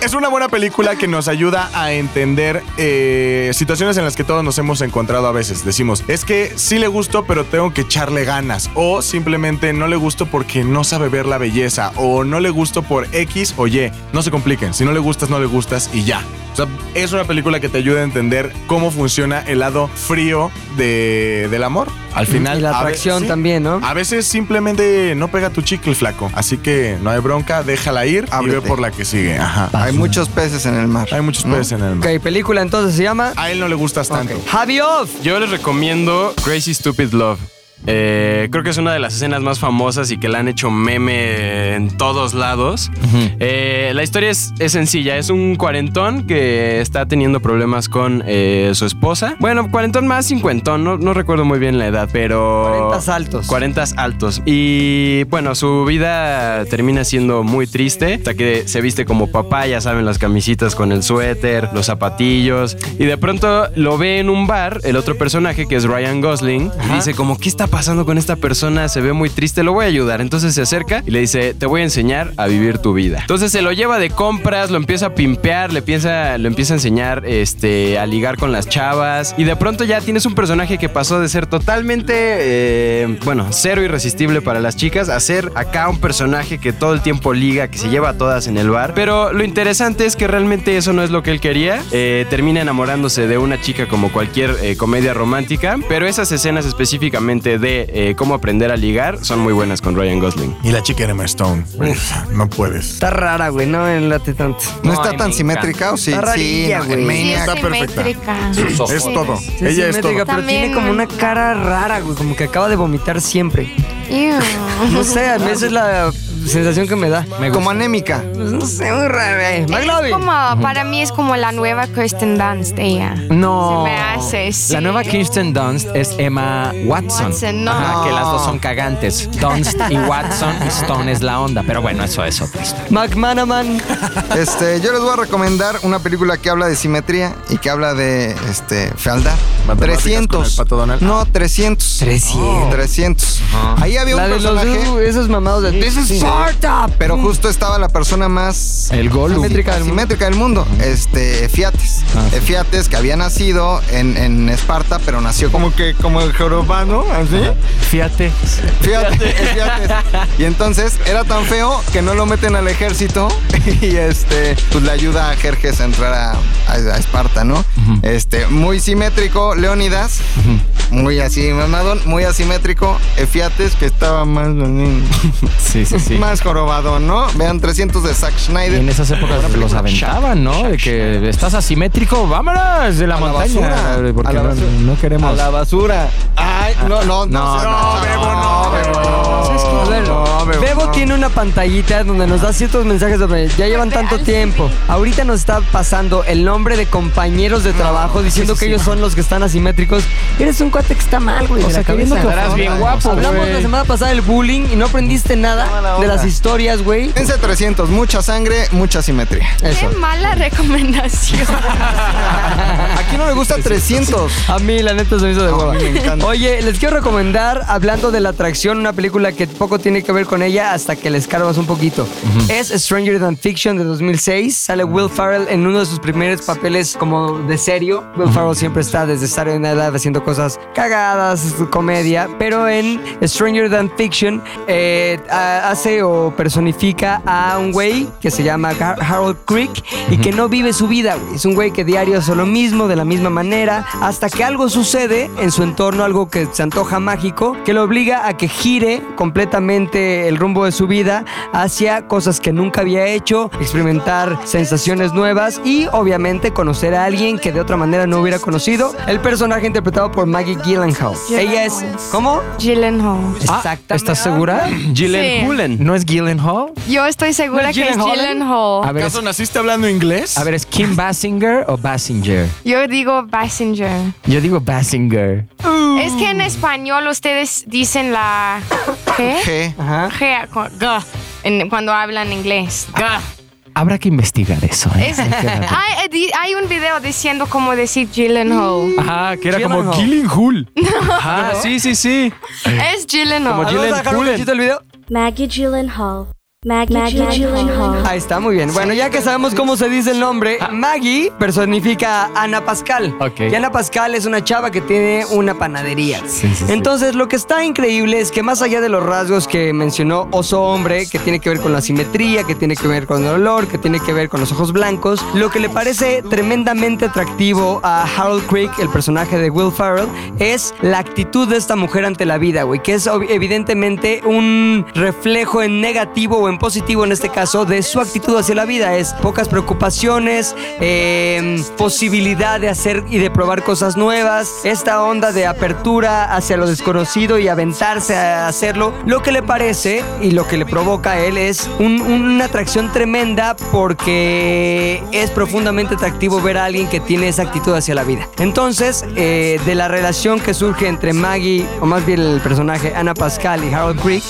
Es una buena película que nos ayuda a entender eh, situaciones en las que todos nos hemos encontrado a veces. Decimos, es que sí le gusto, pero tengo que echarle ganas. O simplemente no le gusto porque no sabe ver la belleza. O no le gusto por X o Y. No se compliquen. Si no le gustas, no le gustas y ya. O sea, es una película que te ayuda a entender cómo funciona el lado frío de- del amor. Al final. Y la a ve- atracción sí. también, ¿no? A veces simplemente no pega tu chicle, flaco. Así que no hay bronca, déjala ir y Ábrete. ve por la que sigue. Ajá. Hay muchos peces en el mar. Hay muchos peces en el mar. Ok, película entonces se llama A él no le gustas tanto. Javi Off. Yo les recomiendo Crazy Stupid Love. Eh, creo que es una de las escenas más famosas y que la han hecho meme en todos lados. Eh, la historia es, es sencilla. Es un cuarentón que está teniendo problemas con eh, su esposa. Bueno, cuarentón más cincuentón. No, no recuerdo muy bien la edad, pero... 40 saltos. 40 altos. Y bueno, su vida termina siendo muy triste, hasta que se viste como papá, ya saben, las camisitas con el suéter, los zapatillos. Y de pronto lo ve en un bar, el otro personaje que es Ryan Gosling, y dice como, ¿qué está pasando con esta persona? Se ve muy triste, lo voy a ayudar. Entonces se acerca y le dice, te voy a enseñar a vivir tu vida. Entonces se lo lleva de compras, lo empieza a pimpear, le piensa, lo empieza a enseñar este, a ligar con las chavas. Y de pronto ya tienes un personaje que pasó de ser totalmente, eh, bueno, cero irresistible para las chicas, a ser acá un personaje que todo el tiempo liga, que se lleva a todas en el bar. Pero lo interesante es que realmente eso no es lo que él quería. Eh, termina enamorándose de una chica como cualquier eh, comedia romántica. Pero esas escenas específicamente de eh, cómo aprender a ligar son muy buenas con Ryan Gosling. Y la chica era Emma Stone. No puedes. Está rara, güey, no me late tanto. ¿No Ay, me está tan encanta. simétrica o sí? Está sí, rarilla, no, en güey. Sí, Maniac. es está perfecta. simétrica. Es Sí. todo. Sí, Ella es todo. simétrica, pero También tiene como no- una cara rara, güey, como que acaba de vomitar siempre. Ew. No sé, a mí esa es la sensación que me da. Como anémica. Pues no sé, muy rara. eh. Es McLovin. como, para mí es como la nueva Kristen Dunst de ella. No. Se me hace, sí. La nueva Kirsten Dunst es Emma Watson. Watson, no. Ajá, que las dos son cagantes. Dunst y Watson y Stone es la onda. Pero bueno, eso es otra historia. [LAUGHS] McManaman. Este, yo les voy a recomendar una película que habla de simetría y que habla de este, fealdad. Matemáticas con el 300. Pato Donald. No, 300. 300. 300. Ahí había un La de los personaje, dos, esos mamados de This is Sparta. pero justo estaba la persona más El gol. simétrica del, mundo, este Fiates. Fiates que había nacido en, en Esparta, pero nació como que como el jorobano, así. Fíjate. [LAUGHS] Fíjate, Fiates. Y entonces era tan feo que no lo meten al ejército [LAUGHS] y este, pues le ayuda a Jerjes a entrar a, a- a Esparta, ¿no? Este, muy simétrico, Leónidas, muy así, mamadón, muy asimétrico, Fiates que estaba más, Sí, sí, sí. más jorobadón, ¿no? Vean 300 de Zack Y Schneider. en esas épocas los aventaban, ¿no? De que estás asimétrico, vámonos de la montaña. basura, porque a la no, basura. no queremos. basura. Ay, no, no, no, no, Bebo, no, Bebo. ¿Sabes qué? A ver, No, Bebo, Bebo no. tiene una pantallita donde nos da ciertos mensajes sobre ya llevan tanto tiempo. Ahorita nos está pasando el nombre de compañeros de trabajo diciendo que ellos son los que están asimétricos. Eres un cuate que está mal, güey. O sea, que Estarás bien guapo, Hablamos güey. la semana pasada del bullying y no aprendiste nada de las historias, güey. Piensa 300, mucha sangre, mucha simetría. Eso. Qué mala [LAUGHS] recomendación. Aquí no le gusta 300. A mí, la neta, se me hizo de A hueva. mí me encanta. Oye, les quiero recomendar, hablando de la atracción, una película que poco tiene que ver con ella hasta que les escarbas un poquito. Es Stranger Than Fiction de 2006. Sale Will Farrell en uno de sus primeros papeles como de serio. Will Farrell siempre está desde Saturday Night Live haciendo cosas cagadas, comedia. Pero en Stranger Than Fiction eh, ha- hace o personifica a un güey que se llama Har- Harold Creek y que no vive su vida. güey. Es un güey que diario hace lo mismo, de la misma manera, hasta que algo sucede en su entorno, algo que se antoja mágico, que lo obliga a que gire completamente el rumbo de su vida hacia cosas que nunca había hecho, experimentar sensaciones nuevas y obviamente conocer a alguien que de otra manera no hubiera conocido. El personaje interpretado por Maggie Gyllenhaal. Ella es... ¿Cómo? Gyllenhaal. Exactamente. Ah, ¿Estás segura? Gillen [LAUGHS] Sí. Cullen. ¿No es Gyllenhaal? Yo estoy segura ¿No es que es Gyllenhaal? Ah. A Gyllenhaal. ver, es, ¿Acaso naciste hablando inglés? a ver, ¿es Kim Basinger o Basinger? Yo digo Basinger. Yo digo Basinger. Es que en español ustedes dicen la G. G. Ajá. G. G. En, cuando hablan inglés. G. Habrá que investigar eso. ¿eh? Es- [LAUGHS] hay, di- hay un video diciendo cómo decir Gyllenhaal. Ajá, que era como Gyllenhaal. Killing Hull. Ajá, Ah, sí, sí, sí. Es Gyllenhaal. Como ¿Vamos Gy- Gillian a dejar un Cullen. cachito del video? Maggie Gyllenhaal. Maggie, Maggie Gyllenhaal. Ahí está, muy bien. Bueno, ya que sabemos cómo se dice el nombre, Maggie personifica a Ana Pascal. Ok. Y Ana Pascal es una chava que tiene una panadería. sí, sí. Entonces, lo que está increíble es que más allá de los rasgos que mencionó Oso Hombre, que tiene que ver con la simetría, que tiene que ver con el olor, que tiene que ver con los ojos blancos, lo que le parece tremendamente atractivo a Harold Creek, el personaje de Will Ferrell, es la actitud de esta mujer ante la vida, güey, que es ob- evidentemente un reflejo en negativo o en positivo en este caso de su actitud hacia la vida. Es pocas preocupaciones, eh, posibilidad de hacer y de probar cosas nuevas, esta onda de apertura hacia lo desconocido y aventarse a hacerlo, lo que le parece y lo que le provoca a él es un- un- una atracción tremenda porque es profundamente atractivo ver a alguien que tiene esa actitud hacia la vida. Entonces, eh, de la relación que surge entre Maggie, o más bien el personaje Ana Pascal y Harold Creek,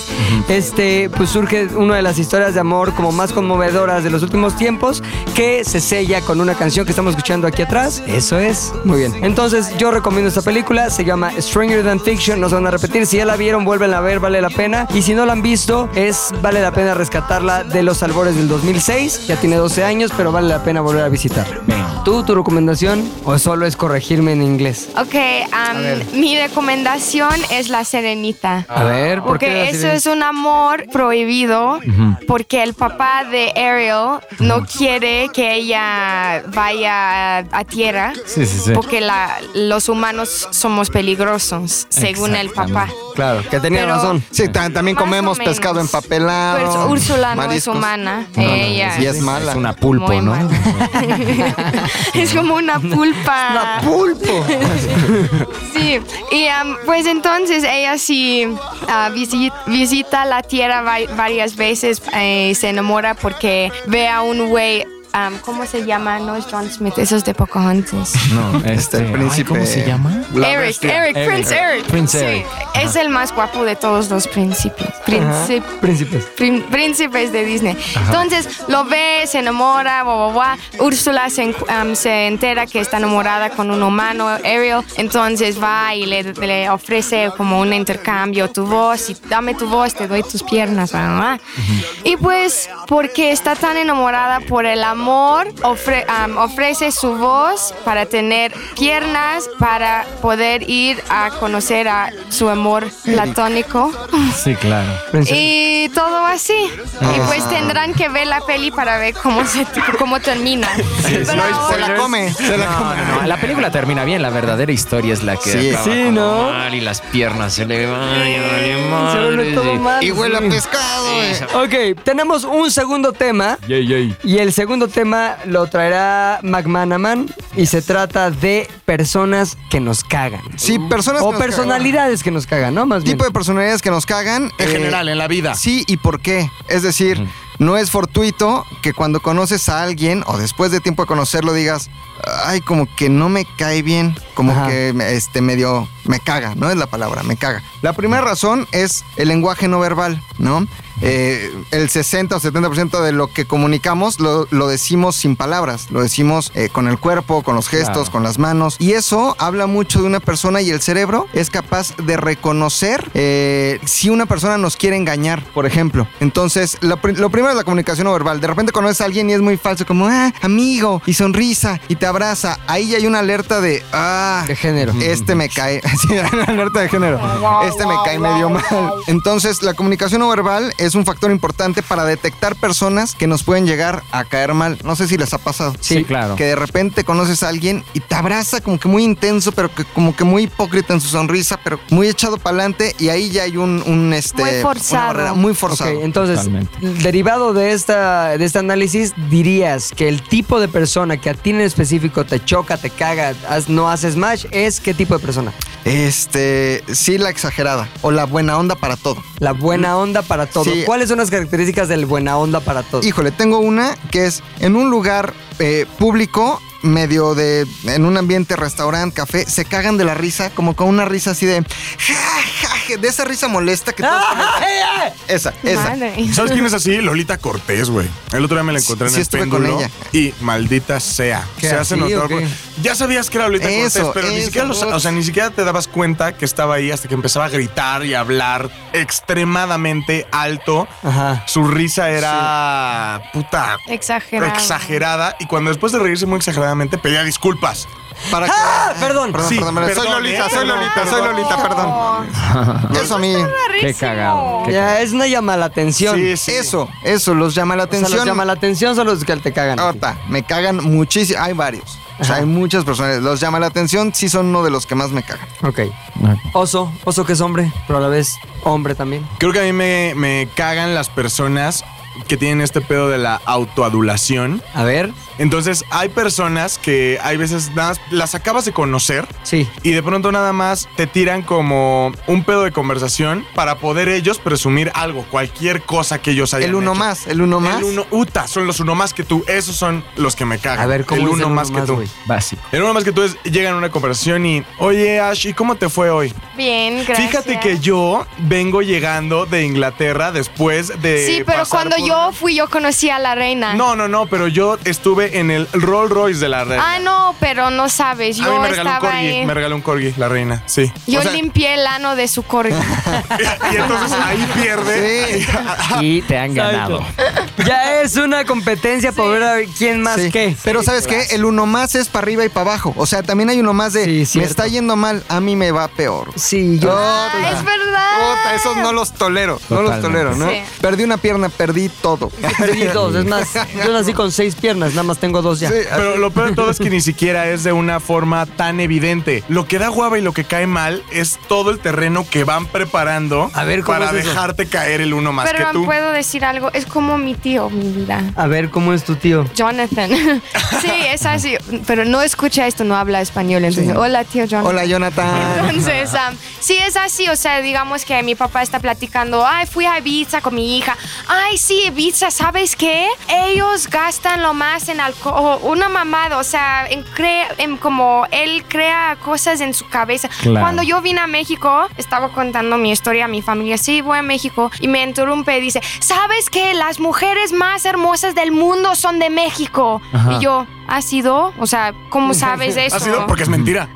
este, pues surge una de las historias de amor como más conmovedoras de los últimos tiempos que se sella con una canción que estamos escuchando aquí atrás. Eso es. Muy bien. Entonces, yo recomiendo esta película. Se llama Stranger Than Fiction. No se van a repetir. Si ya la vieron, vuelven a ver. Vale la pena. Y si no la han visto, es vale la pena rescatarla de los albores del 2006. Ya tiene 12 años, pero vale la pena volver a visitarla. ¿Tú, tu recomendación? ¿O solo es corregirme en inglés? Ok, um, mi recomendación es La Serenita. A ver, Ah. ¿por Porque qué? la eso serie? es un amor prohibido, porque el papá de Ariel no quiere que ella vaya a tierra, Sí, sí, sí. porque la- los humanos somos peligrosos, según el papá. Claro, que tenía Pero- razón. Sí, ta- también Más comemos o menos. pescado empapelado. Pues Úrsula no es mariscos. humana, No, no, no, ella Y es mala. Es una pulpo, muy ¿no? [LAUGHS] mala. es como una pulpa. pulpo. Sí, y am, pues entonces ella sí ah, visi- visita la tierra va- varias veces eh, y se enamora porque ve a un güey, am, ¿cómo se llama? No es John Smith, eso es de Pocahontas. No, este, el príncipe. ¿Cómo se llama? La Eric, bestia. Eric, Prince Eric. Prince Sí, Eric, es el más guapo de todos los príncipes. Príncipe. Príncipes. prin- príncipes de Disney. Entonces lo ve, se enamora, bla, bla, bla. Úrsula se, encu- am, se entera que está enamorada con un humano, Ariel. Entonces va y le, le ofrece como un intercambio tu voz y dame tu voz, te doy tus piernas. bla, bla, bla. Y pues porque está tan enamorada por el amor, ofre- am, ofrece su voz para tener piernas, para poder ir a conocer a su amor platónico. Sí, claro. Y todo así. Y pues tendrán que ver la peli para ver cómo, se, cómo termina. Pero- No, se la come. Se la come. No, no, la película termina bien, la verdadera historia es la que Sí. acaba Sí, con ¿no? mal y las piernas se le van y vale Se madre, vuelve todo sí. mal, Y huele a sí. pescado. eh. Ok, tenemos un segundo tema. Y el segundo tema lo traerá McManaman y se trata de personas que nos cagan. Sí, personas que o nos cagan. personalidades que nos cagan, ¿no? Más bien. Tipo de personalidades que nos cagan. En eh, general, en la vida. Sí, ¿y por qué? Es decir, no es fortuito que cuando conoces a alguien o después de tiempo de conocerlo digas, ay, como que no me cae bien, como Ajá. que este medio me caga, no es la palabra, me caga. La primera razón es el lenguaje no verbal, ¿no? Eh, el 60 o 70% de lo que comunicamos lo, lo decimos sin palabras, lo decimos eh, con el cuerpo, con los gestos, con las manos. Y eso habla mucho de una persona y el cerebro es capaz de reconocer eh, si una persona nos quiere engañar, por ejemplo. Entonces, lo, pri- lo primero es la comunicación no verbal. De repente conoces a alguien y es muy falso, como, ah, amigo, y sonrisa, y te abraza. Ahí ya hay una alerta de, ah, de género. este me cae. [LAUGHS] Sí, una alerta de género. Este me cae medio mal. Entonces, la comunicación no verbal es un factor importante para detectar personas que nos pueden llegar a caer mal. No sé si les ha pasado. Sí, claro. Que de repente conoces a alguien y te abraza como que muy intenso, pero que como que muy hipócrita en su sonrisa, pero muy echado para adelante. Y ahí ya hay un, un, este. Muy una forzado. barrera muy Ok, forzado. entonces, Totalmente. derivado de, esta, de este análisis, dirías que el tipo de persona que a ti en específico te choca, te caga, haz- no haces match, es qué tipo de persona. Este. Sí, la exagerada. O la buena onda para todo. La buena onda para todo. Mm. Sí. ¿Cuáles son las características del buena onda para todo? Híjole, tengo una que es en un lugar eh, público, medio de. en un ambiente restaurante, café, se cagan de la risa, como con una risa así de. "Ja, ja, ja", que de esa risa molesta que [LAUGHS] todos ¡Ah! ponen. ¡Eh, Esa, esa. Madre. ¿Sabes quién es así? Lolita Cortés, güey. El otro día me la encontré Sí, en el estuve con péndulo ella. y maldita sea. ¿Qué, Se hace así notar. o qué? Ya sabías que era Lolita Eso, Cortés, pero ni eso, siquiera lo sa- ups. o sea, ni siquiera te dabas cuenta que estaba ahí hasta que empezaba a gritar y a hablar extremadamente alto. Ajá. Su risa era puta Exagerada. exagerada y cuando después de reírse muy exageradamente pedía disculpas. Para Ah, que- perdón. Perdón, Sí, perdón, perdón. Soy perdón, Lolita, ¿eh? soy Lolita, soy Lolita, perdón. Eso a mí. Qué cagado. Ya, es una llama la atención. Sí, sí. Eso, eso, los llama la O sea, atención. los llama la atención son los que te cagan. Ahorita, me cagan muchísimo. Hay varios. O sea, Ajá. hay muchas personas. Los llama la atención, sí son uno de los que más me cagan. Ok. Oso, oso que es hombre, pero a la vez hombre también. Creo que a mí me, me cagan las personas que tienen este pedo de la autoadulación. A ver. Entonces hay personas que hay veces nada más las acabas de conocer Sí. y de pronto nada más te tiran como un pedo de conversación para poder ellos presumir algo, cualquier cosa que ellos hayan El uno hecho. más, el uno más. El uno, uta, son los uno más que tú. Esos son los que me cagan. A ver, ¿cómo el es uno, más, que tú. güey? Básico. El uno más que tú es, llegan a una conversación y, oye Ash, ¿y cómo te fue hoy? Bien, gracias. Fíjate que yo vengo llegando de Inglaterra después de... Sí, pero pasar cuando eh, por- yo fui, yo conocí a la reina. No, no, no, pero yo estuve en el Rolls Royce de la reina. Ah, no, pero no sabes. a mí Yo me regaló un estaba corgi, ahí. me regaló un corgi, la reina, [LAUGHS] sí. Yo O sea, limpié el ano de su [LAUGHS] corgi. Ah, y entonces ahí pierde. Sí. Y te han ganado. Ya es una competencia para ver a ver quién más Sí. qué. Pero ¿sabes qué? El uno más es para arriba y para abajo. O sea, también hay uno más de Sí, me cierto. está yendo mal, a mí me va peor. Sí, yo. Ah, es verdad. Puta, esos no los tolero, no los tolero, ¿no? Sí. Perdí una pierna, perdí todo. Perdí dos, es más, yo nací con seis piernas, nada más tengo dos ya. Sí, Pero lo peor de todo es que ni siquiera es de una forma tan evidente. Lo que da guava y lo que cae mal es todo el terreno que van preparando A ver, ¿cómo para es eso? dejarte caer el uno más Pero que tú. puedo decir algo. Es como mi tío, mi vida. A ver, ¿cómo es tu tío? Jonathan. [LAUGHS] sí, es así. Pero no escucha esto, no habla español. Entonces, Sí. hola, tío Jonathan. Hola, Jonathan. Entonces, am, sí es así, o sea, digamos que mi papá está platicando, ay, fui a Ibiza con mi hija, ay, sí, Ibiza, ¿sabes qué? Ellos gastan lo más en alcohol, Oh, una mamada, o sea, en crea- en como él crea cosas en su cabeza. Cuando yo vine a México, estaba contando mi historia a mi familia, sí, voy a México, y me interrumpe y dice, ¿sabes qué? Las mujeres más hermosas del mundo son de México. Y yo, ¿ha sido? O sea, [LAUGHS] ¿cómo sabes eso? Ha sido porque es mentira.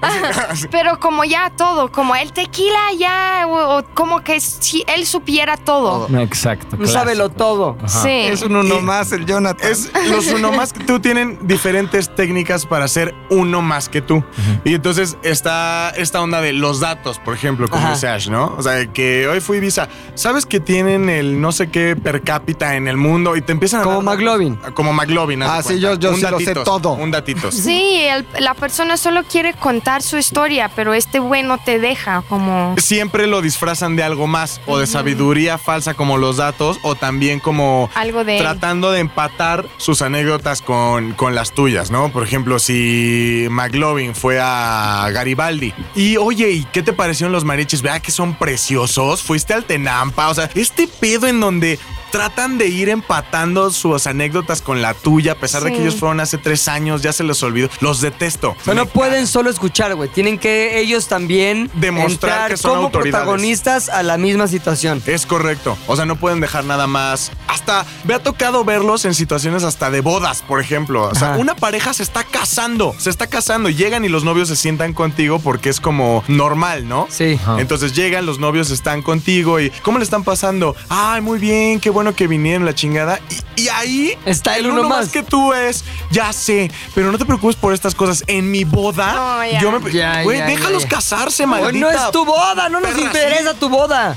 Pero como ya todo, como el tequila ya, o, o como que si él supiera todo. Exacto. Sábelo todo. Sí. Es un uno más el Jonathan. Es los uno más que tú tienen diferentes técnicas para ser uno más que tú. Y entonces está esta onda de los datos, por ejemplo, como Ajá. dice Ash, ¿no? O sea, que hoy fui Visa. ¿Sabes que tienen el no sé qué per cápita en el mundo? Y te empiezan a. Como dar- McLovin. Como McLovin. haz de Ah, sí, cuenta. yo- yo Un sí lo sé todo. [LAUGHS] Un datito. Sí, el- la persona solo quiere contar su historia, pero este güey no te deja como... Siempre lo disfrazan de algo más, o de sabiduría falsa como los datos, o también como Algo de él. tratando de empatar sus anécdotas con, con las tuyas, ¿no? Por ejemplo, si McLovin fue a Garibaldi y, oye, ¿y qué te parecieron los mariachis? Vea que son preciosos, fuiste al Tenampa, o sea, este pedo en donde tratan de ir empatando sus anécdotas con la tuya, a pesar de que Sí. ellos fueron hace tres años, ya se les olvidó, los detesto. O sea, no pueden solo escuchar, güey. Tienen que ellos también Demostrar entrar que son como autoridades. protagonistas a la misma situación. Es correcto. O sea, no pueden dejar nada más. Hasta me ha tocado verlos en situaciones hasta de bodas, por ejemplo. O sea, Ajá. una pareja se está casando, se está casando, llegan y los novios se sientan contigo porque es como normal, ¿no? Sí. Entonces llegan, los novios están contigo y ¿cómo le están pasando? Ay, muy bien, qué bueno que vinieron la chingada. Y, y ahí Está el uno más. que tú es, ya sé, pero no te preocupes por estas cosas. En mi boda, No, ya. yo me, Ya, güey, ya, déjalos ya. casarse, Güey, No maldita. es tu boda, no nos perra, interesa tu boda.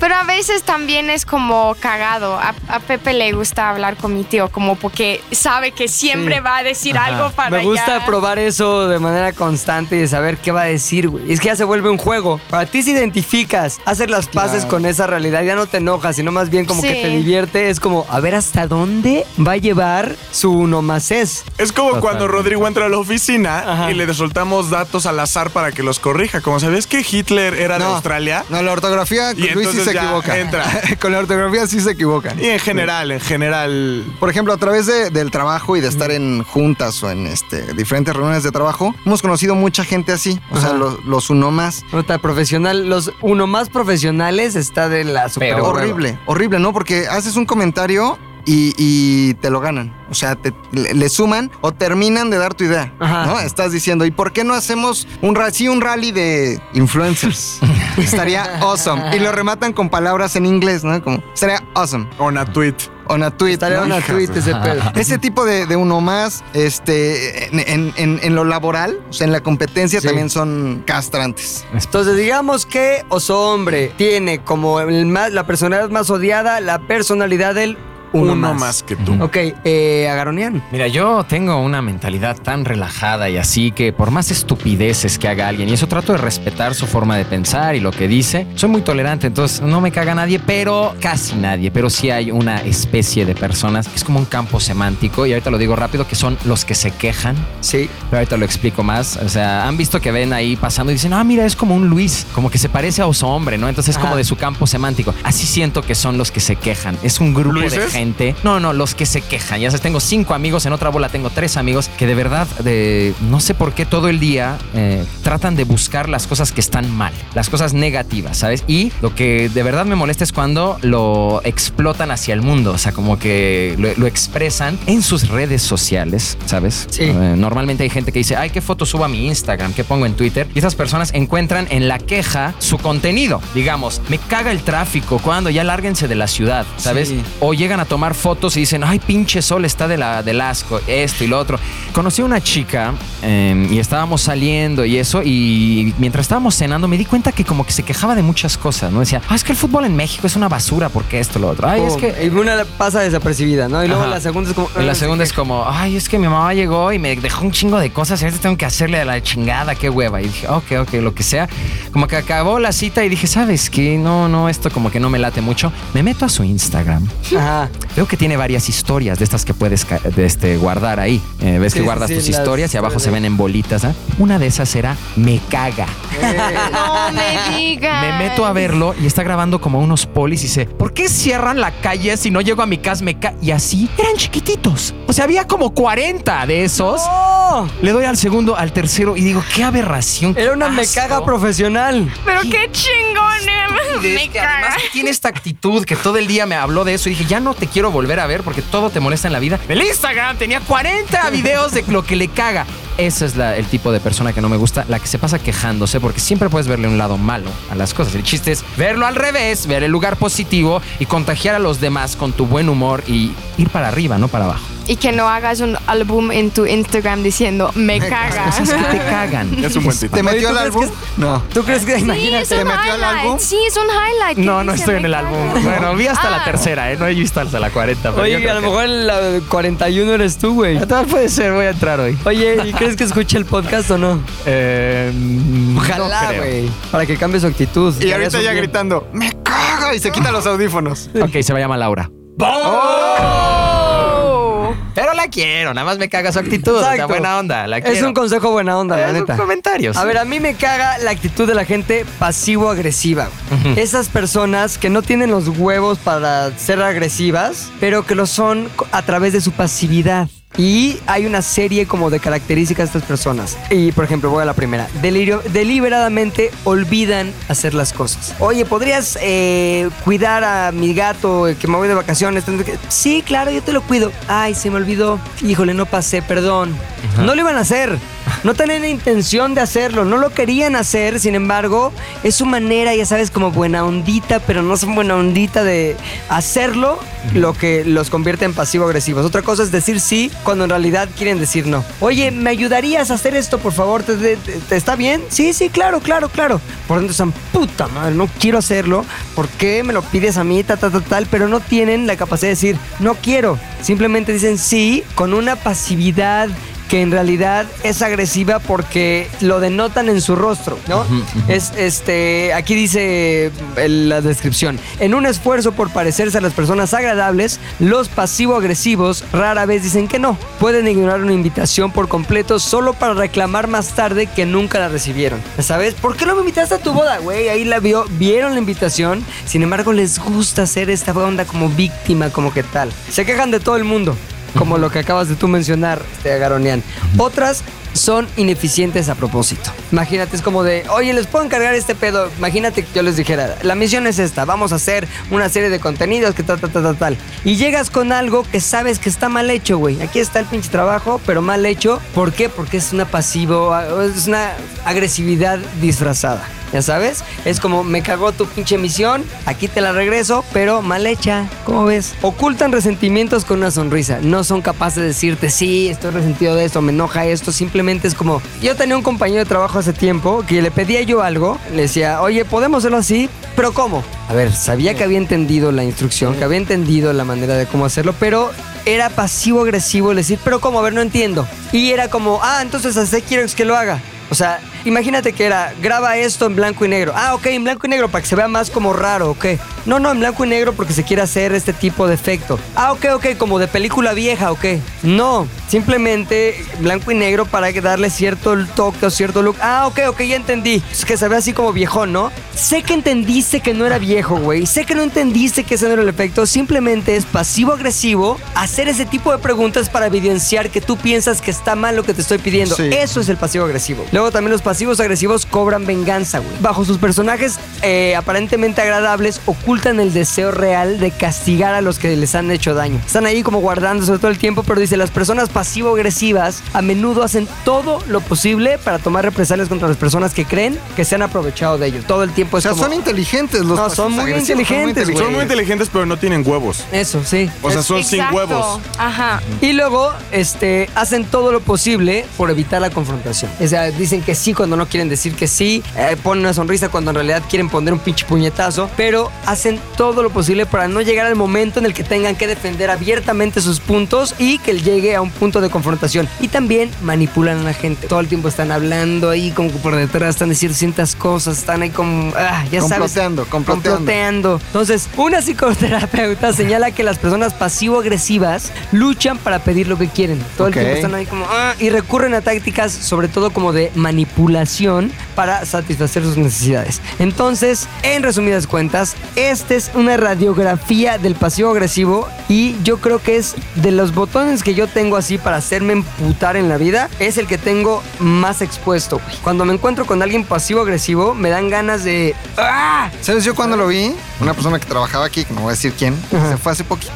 Pero a veces también es como cagado. A, a Pepe le gusta hablar con mi tío, como porque sabe que siempre va a decir algo para Me gusta ya- probar eso de manera constante y de saber qué va a decir, güey. Es que ya se vuelve un juego. Para ti si identificas, haces las paces con esa realidad, ya no te enojas, sino más bien como que Sí. te divierte, es como a ver hasta dónde va a llevar su nomacés. Es como cuando Rodrigo entra a la oficina y le soltamos datos al azar para que los corrija. Como sabías que Hitler era de Australia. No, la ortografía, Y Luis sí entonces se ya equivoca. entra. [LAUGHS] Con la ortografía sí se equivocan. Y en general, en general. Por ejemplo, a través de- del trabajo y de estar en juntas o en este, diferentes reuniones de trabajo, hemos conocido mucha gente así. O sea, Ajá. los, los unomas. Nota profesional, los uno más profesionales está de la super Peor. hueva. horrible, horrible, ¿no? Porque haces un comentario y, y te lo ganan. O sea, te, le, le suman o terminan de dar tu idea. Ajá. ¿no? Estás diciendo, ¿y por qué no hacemos un, ra- sí, un rally de [LAUGHS] influencers? Estaría awesome. Y lo rematan con palabras en inglés, ¿no? Como, estaría awesome. On a tweet. On a tweet. Estaría ¿no? una Hijas tweet ese pedo. Ese tipo de, de uno más, este, en, en- en- en lo laboral, o sea, en la competencia también son castrantes. Entonces, digamos que Oso Hombre tiene como el más- la personalidad más odiada, la personalidad del uno, Uno, más que tú. Ok, eh, Agaronian. Mira, yo tengo una mentalidad tan relajada y así que por más estupideces que haga alguien, y eso trato de respetar su forma de pensar y lo que dice, soy muy tolerante, entonces no me caga nadie, pero casi nadie, pero sí hay una especie de personas que es como un campo semántico, y ahorita lo digo rápido, que son los que se quejan, Sí. pero ahorita lo explico más, o sea, han visto que ven ahí pasando y dicen, ah, mira, es como un Luis, como que se parece a oso hombre, ¿no? Entonces es como Ajá. de su campo semántico. Así siento que son los que se quejan, es un grupo de ¿Luises? gente. No, no, los que se quejan. Ya sabes, tengo cinco amigos, en otra bola tengo tres amigos que de verdad, de, no sé por qué todo el día eh, tratan de buscar las cosas que están mal, las cosas negativas, ¿sabes? Y lo que de verdad me molesta es cuando lo explotan hacia el mundo, o sea, como que lo, lo expresan en sus redes sociales, ¿sabes? Sí. Eh, normalmente hay gente que dice, ay, ¿qué foto subo a mi Instagram? ¿Qué pongo en Twitter? Y esas personas encuentran en la queja su contenido. Digamos, me caga el tráfico, cuando ya lárguense de la ciudad, ¿sabes? Sí. O llegan a tomar fotos y dicen, ay, pinche sol está de la, del asco, esto y lo otro. Conocí a una chica eh, y estábamos saliendo y eso, y mientras estábamos cenando me di cuenta que como que se quejaba de muchas cosas, ¿no? Decía, ah, es que el fútbol en México es una basura, porque esto, lo otro. Ay, es que... Oh, Y una pasa desapercibida, ¿no? Y luego Ajá. la segunda es como. Y la segunda es como, ay, es que mi mamá llegó y me dejó un chingo de cosas y ahorita tengo que hacerle a la chingada, qué hueva. Y dije, ok, ok, lo que sea. Como que acabó la cita y dije, ¿sabes qué? No, no, esto como que no me late mucho. Me meto a su Instagram. Ajá. Veo que tiene varias historias de estas que puedes ca- de este, guardar ahí. Eh, ves Sí, que guardas sí, tus las historias y abajo se historias. ven en bolitas. ¿ah? Una de esas era me caga. No me digas. Me meto a verlo y está grabando como unos polis y dice, ¿por qué cierran la calle si no llego a mi casa? Me ca-?" Y así eran chiquititos. O sea, había como 40 de esos. ¡Oh! Le doy al segundo, al tercero y digo, qué aberración. qué Era una me asco". caga profesional. Pero qué chingón. Y de- eh, [LAUGHS] Me que además caga. que tiene esta actitud que todo el día me habló de eso y dije, ya no te quiero volver a ver porque todo te molesta en la vida. El Instagram tenía [LAUGHS] 40 videos de lo que le caga. Ese es la- el tipo de persona que no me gusta, la que se pasa quejándose, porque siempre puedes verle un lado malo a las cosas. El chiste es verlo al revés, ver el lugar positivo y contagiar a los demás con tu buen humor y ir para arriba, no para abajo. Y que no hagas un álbum en tu Instagram diciendo me [LAUGHS] caga. Cosas que te cagan. Este, Es un buen tip. ¿Te ¿tú metió al crees álbum? No. ¿Tú crees que.? Sí, es Imagínate. un ¿Te metió al álbum? highlight. Sí, es un highlight. que No, no dice, estoy en "Me el caga". álbum. Bueno, vi hasta la Ah. tercera, ¿eh? No he visto hasta la 40. pero yo Oye, creo a lo que- mejor en la 41 eres tú, güey. Tal puede ser, voy a entrar hoy. Oye, ¿y crees que escuche el podcast o no? Eh, Ojalá, no creo. güey. para que cambie su actitud. Y ahorita Harías ya un bien. gritando, me cago y se quita los audífonos. Ok, se va a llamar Laura. Oh, Oh. Pero la quiero, nada más me caga su actitud. o sea, Exacto. buena onda, la quiero. Eh, Es un consejo buena onda, la Es un neta. comentario, sí. A ver, a mí me caga la actitud de la gente pasivo-agresiva. güey. Esas personas que no tienen los huevos para ser agresivas, pero que lo son co- a través de su pasividad. Y hay una serie como de características de estas personas. Y por ejemplo, voy a la primera. Delirio- deliberadamente olvidan hacer las cosas. Oye, ¿podrías eh, cuidar a mi gato eh, que me voy de vacaciones? Tengo que- Sí, claro, yo te lo cuido. Ay, se me olvidó. Híjole, no pasé, perdón. No lo iban a hacer. No tenían intención de hacerlo, no lo querían hacer, sin embargo, es su manera, ya sabes, como buena ondita, pero no son buena ondita de hacerlo, lo que los convierte en pasivo-agresivos. Otra cosa es decir sí cuando en realidad quieren decir no. Oye, ¿me ayudarías a hacer esto, por favor? ¿Te, te- te- te está bien? Sí, sí, claro, claro, claro. Por dentro están, puta madre, no quiero hacerlo, ¿por qué me lo pides a mí? Tal, tal, tal, tal, pero no tienen la capacidad de decir, no quiero. Simplemente dicen sí con una pasividad que en realidad es agresiva porque lo denotan en su rostro, ¿no? Es este, aquí dice el- la descripción. En un esfuerzo por parecerse a las personas agradables, los pasivo-agresivos rara vez dicen que no. Pueden ignorar una invitación por completo solo para reclamar más tarde que nunca la recibieron. ¿Sabes? ¿Por qué no me invitaste a tu boda, güey? Ahí la vio, vieron la invitación. Sin embargo, les gusta hacer esta onda como víctima, como que tal. Se quejan de todo el mundo como lo que acabas de tú mencionar, este Garonian. Otras son ineficientes a propósito. Imagínate, es como de, oye, les puedo encargar este pedo. Imagínate que yo les dijera, la misión es esta, vamos a hacer una serie de contenidos que tal, tal, tal, tal, tal. Y llegas con algo que sabes que está mal hecho, güey. Aquí está el pinche trabajo, pero mal hecho. ¿Por qué? Porque es una pasivo, es una agresividad disfrazada. Ya sabes, es como me cagó tu pinche misión, aquí te la regreso, pero mal hecha, ¿cómo ves? Ocultan resentimientos con una sonrisa, no son capaces de decirte, sí, estoy resentido de esto, me enoja esto, simplemente es como, yo tenía un compañero de trabajo hace tiempo que le pedía yo algo, le decía, oye, podemos hacerlo así, pero ¿cómo? A ver, sabía que había entendido la instrucción, que había entendido la manera de cómo hacerlo, pero era pasivo-agresivo el decir, pero ¿cómo? A ver, no entiendo. Y era como, ah, entonces así quieres que lo haga. O sea, imagínate que era, graba esto en blanco y negro. Ah, ok, en blanco y negro para que se vea más como raro, ok. No, no, en blanco y negro porque se quiere hacer este tipo de efecto. Ah, ok, ok, como de película vieja, ok. No, simplemente blanco y negro para que darle cierto toque o cierto look. Ah, ok, ok, ya entendí. Es que se ve así como viejón, ¿no? Sé que entendiste que no era viejo, güey. Sé que no entendiste que ese no era el efecto. Simplemente es pasivo-agresivo hacer ese tipo de preguntas para evidenciar que tú piensas que está mal lo que te estoy pidiendo. Sí. Eso eso es el pasivo agresivo. Luego también los pasivos agresivos cobran venganza, güey. Bajo sus personajes eh, aparentemente agradables, ocultan el deseo real de castigar a los que les han hecho daño. Están ahí como guardándose todo el tiempo, pero dice, las personas pasivo-agresivas a menudo hacen todo lo posible para tomar represalias contra las personas que creen que se han aprovechado de ellos. Todo el tiempo O es sea, como- son inteligentes los No, son muy agresivos, son muy inteligentes, güey. Son muy inteligentes, pero no tienen huevos. Eso, sí. O sea, son sin Exacto. huevos. Ajá. Y luego, este, hacen todo lo posible por evitar la confrontación. O sea, dicen que sí cuando no quieren decir que sí, eh, ponen una sonrisa cuando en realidad quieren poner un pinche puñetazo, pero hacen todo lo posible para no llegar al momento en el que tengan que defender abiertamente sus puntos y que llegue a un punto de confrontación. Y también manipulan a la gente. Todo el tiempo están hablando ahí, como que por detrás están diciendo ciertas cosas, están ahí como, ah, ya sabes. Comploteando, comploteando. Comploteando. Entonces, una psicoterapeuta señala que las personas pasivo-agresivas luchan para pedir lo que quieren. Todo Ok. el tiempo están ahí como, "Ah", y recurren a tácticas, sobre todo como de manipulación, para satisfacer sus necesidades. Entonces, en resumidas cuentas, esta es una radiografía del pasivo-agresivo y yo creo que es de los botones que yo tengo así para hacerme emputar en la vida, es el que tengo más expuesto. güey. Cuando me encuentro con alguien pasivo-agresivo, me dan ganas de... "Ah", ¿Sabes? Yo cuando lo vi, una persona que trabajaba aquí, que no voy a decir quién, se fue hace poquito.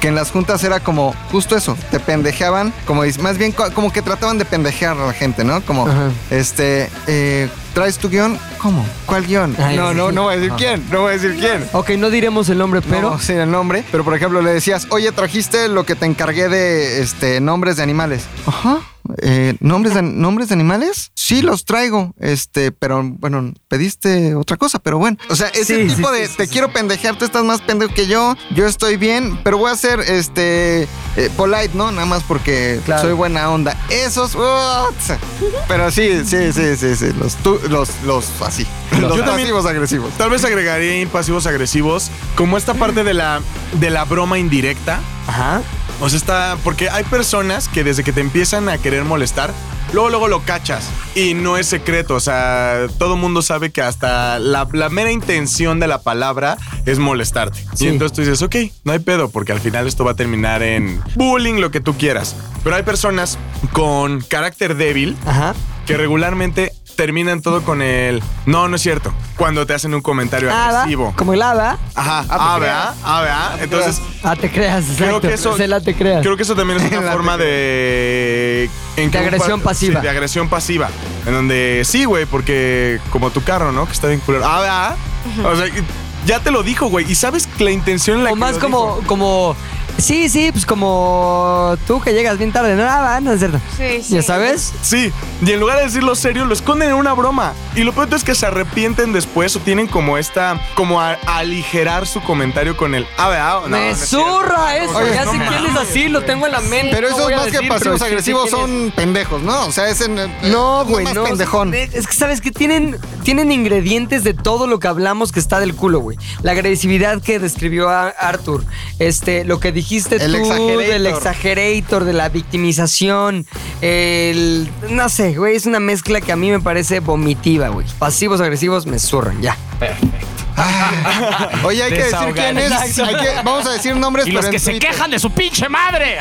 Que en las juntas era como justo eso, te pendejeaban, como dice- más bien co- como que trataban de pendejear a la gente, ¿no? Como, Ajá. este, eh, ¿traes tu guión? ¿Cómo? ¿Cuál guión? Ay, no, sí. no, no voy a decir quién, no voy a decir quién. Ok, no diremos el nombre, pero... pero [LAUGHS] sin el nombre. Pero por ejemplo le decías, oye, trajiste lo que te encargué de este nombres de animales. Ajá. eh, ¿nombres, de, ¿Nombres de animales? Sí, los traigo. Este, pero bueno, pediste otra cosa, pero bueno. O sea, ese Sí, tipo sí, de sí, te sí, quiero pendejear, tú estás más pendejo que yo, yo estoy bien, pero voy a ser este eh, polite, ¿no? Nada más porque Claro. soy buena onda. [LAUGHS] Esos. ¡uah! pero sí, sí, sí, sí, sí. Los, tú- los, los así. Los, Yo también- pasivos agresivos. Tal vez agregaría impasivos agresivos, como esta parte de la, de la broma indirecta. Ajá. O sea, está. Porque hay personas que desde que te empiezan a querer molestar, luego, luego lo cachas. Y no es secreto. O sea, todo mundo sabe que hasta la, la mera intención de la palabra es molestarte. Sí. Y entonces tú dices, ok, no hay pedo, porque al final esto va a terminar en bullying, lo que tú quieras. Pero hay personas con carácter débil Ajá. que regularmente terminan todo con el no, no es cierto. Cuando te hacen un comentario Ava, agresivo. como el ABA. Ajá, ah, ¿verdad? Ah, ¿verdad? Entonces, pues Ah, te creas, exacto. creo que eso Es el ah, te creas. creo que eso [LAUGHS] también es una forma de en que De un agresión par- pasiva. sí, de agresión pasiva en donde sí güey porque como tu carro no que está bien culero ah ¿verdad? o sea y- ya te lo dijo güey y sabes que la intención en la o que más lo como, dijo. como Sí, sí, pues como tú que llegas bien tarde. Nada, no es cierto. Sí, sí. ¿Ya sabes? Sí, y en lugar de decirlo serio, lo esconden en una broma. Y lo peor es que se arrepienten después o tienen como esta, como a, a aligerar su comentario con el, ah, ¿verdad? No, no ¡Me es cierto". zurra eso! Oye, ya no sé quién es mames, así, lo tengo en la mente. Pero no esos voy a más que decir, pero pasivos sí sé agresivos quién es. son pendejos, ¿no? O sea, es en. No, es güey, más no. pendejón. Es es que sabes que tienen, tienen ingredientes de todo lo que hablamos que está del culo, güey. La agresividad que describió a- Arthur, este, lo que dijiste El tú exagerator. del exagerator, de la victimización, el no sé, güey, es una mezcla que a mí me parece vomitiva, güey. Pasivos agresivos me zurran, ya. Oye, hay que decir Desahogar. quién es. hay que- vamos a decir nombres, Y pero los en que se Twitter. quejan de su pinche [LAUGHS] madre.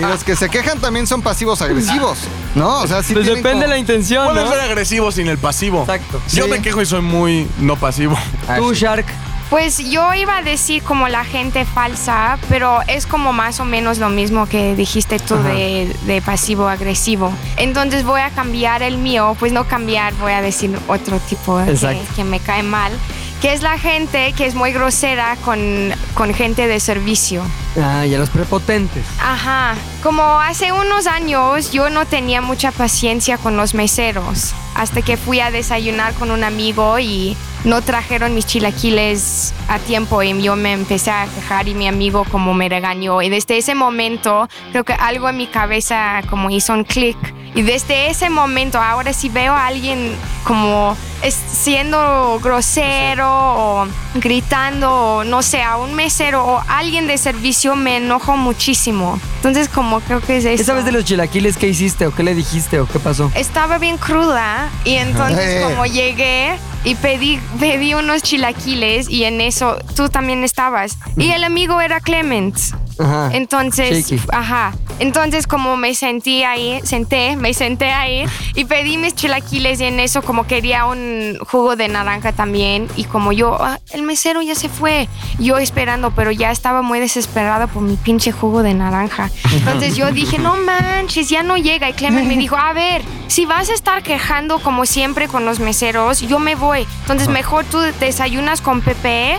Y los que se quejan también son pasivos agresivos, ¿no? O sea, sí. Pues tienen depende como- la intención, Pueden ¿no? ser agresivos sin el pasivo. Exacto. Yo Sí. me quejo y soy muy [LAUGHS] no pasivo. Ah, Tú, Shark. Pues yo iba a decir como la gente falsa, pero es como más o menos lo mismo que dijiste tú de, de pasivo-agresivo. Entonces voy a cambiar el mío, pues no cambiar, voy a decir otro tipo que- Exacto. que, me cae mal, que es la gente que es muy grosera con, con gente de servicio. Ah, y a los prepotentes. Ajá, como hace unos años yo no tenía mucha paciencia con los meseros, hasta que fui a desayunar con un amigo y no trajeron mis chilaquiles a tiempo y yo me empecé a quejar y mi amigo como me regañó y desde ese momento creo que algo en mi cabeza como hizo un clic y desde ese momento ahora si veo a alguien como es- siendo grosero o gritando o no sé, a un mesero o alguien de servicio me enojo muchísimo. Entonces como creo que es eso. ¿Esa vez de los chilaquiles qué hiciste o qué le dijiste o qué pasó? Estaba bien cruda y entonces Eh. como llegué y pedí, pedí unos chilaquiles y en eso tú también estabas. Y el amigo era Clement. Ajá. Entonces, Shaky. ajá. Entonces, como me sentí ahí, senté, me senté ahí y pedí mis chilaquiles y en eso como quería un jugo de naranja también y como yo, "Ah, el mesero ya se fue, yo esperando, pero ya estaba muy desesperada por mi pinche jugo de naranja. Entonces yo dije, no manches, ya no llega. Y Clement me dijo, a ver, si vas a estar quejando como siempre con los meseros, yo me voy. Entonces mejor tú desayunas con Pepe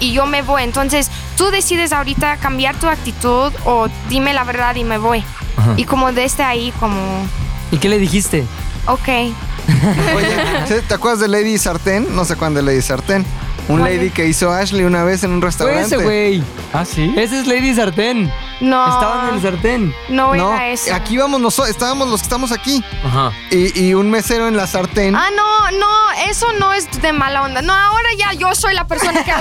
y yo me voy. Entonces, tú decides ahorita cambiar tu actitud o dime la verdad y me voy. Y como desde ahí, como, ¿Y qué le dijiste? ok. Oye, ¿te acuerdas de Lady Sartén? No sé cuándo de Lady Sartén. Un ¿Cuál lady es? que hizo Ashley una vez en un Fue restaurante. ese, güey. Ah, sí. Ese es Lady Sartén. No, Estaban Ah. en el sartén. no No, era eso. aquí vamos nosotros, estábamos los que estamos aquí. Ajá. Y, y un mesero en la sartén. Ah, no, no, eso no es de mala onda. No, ahora ya yo soy la persona que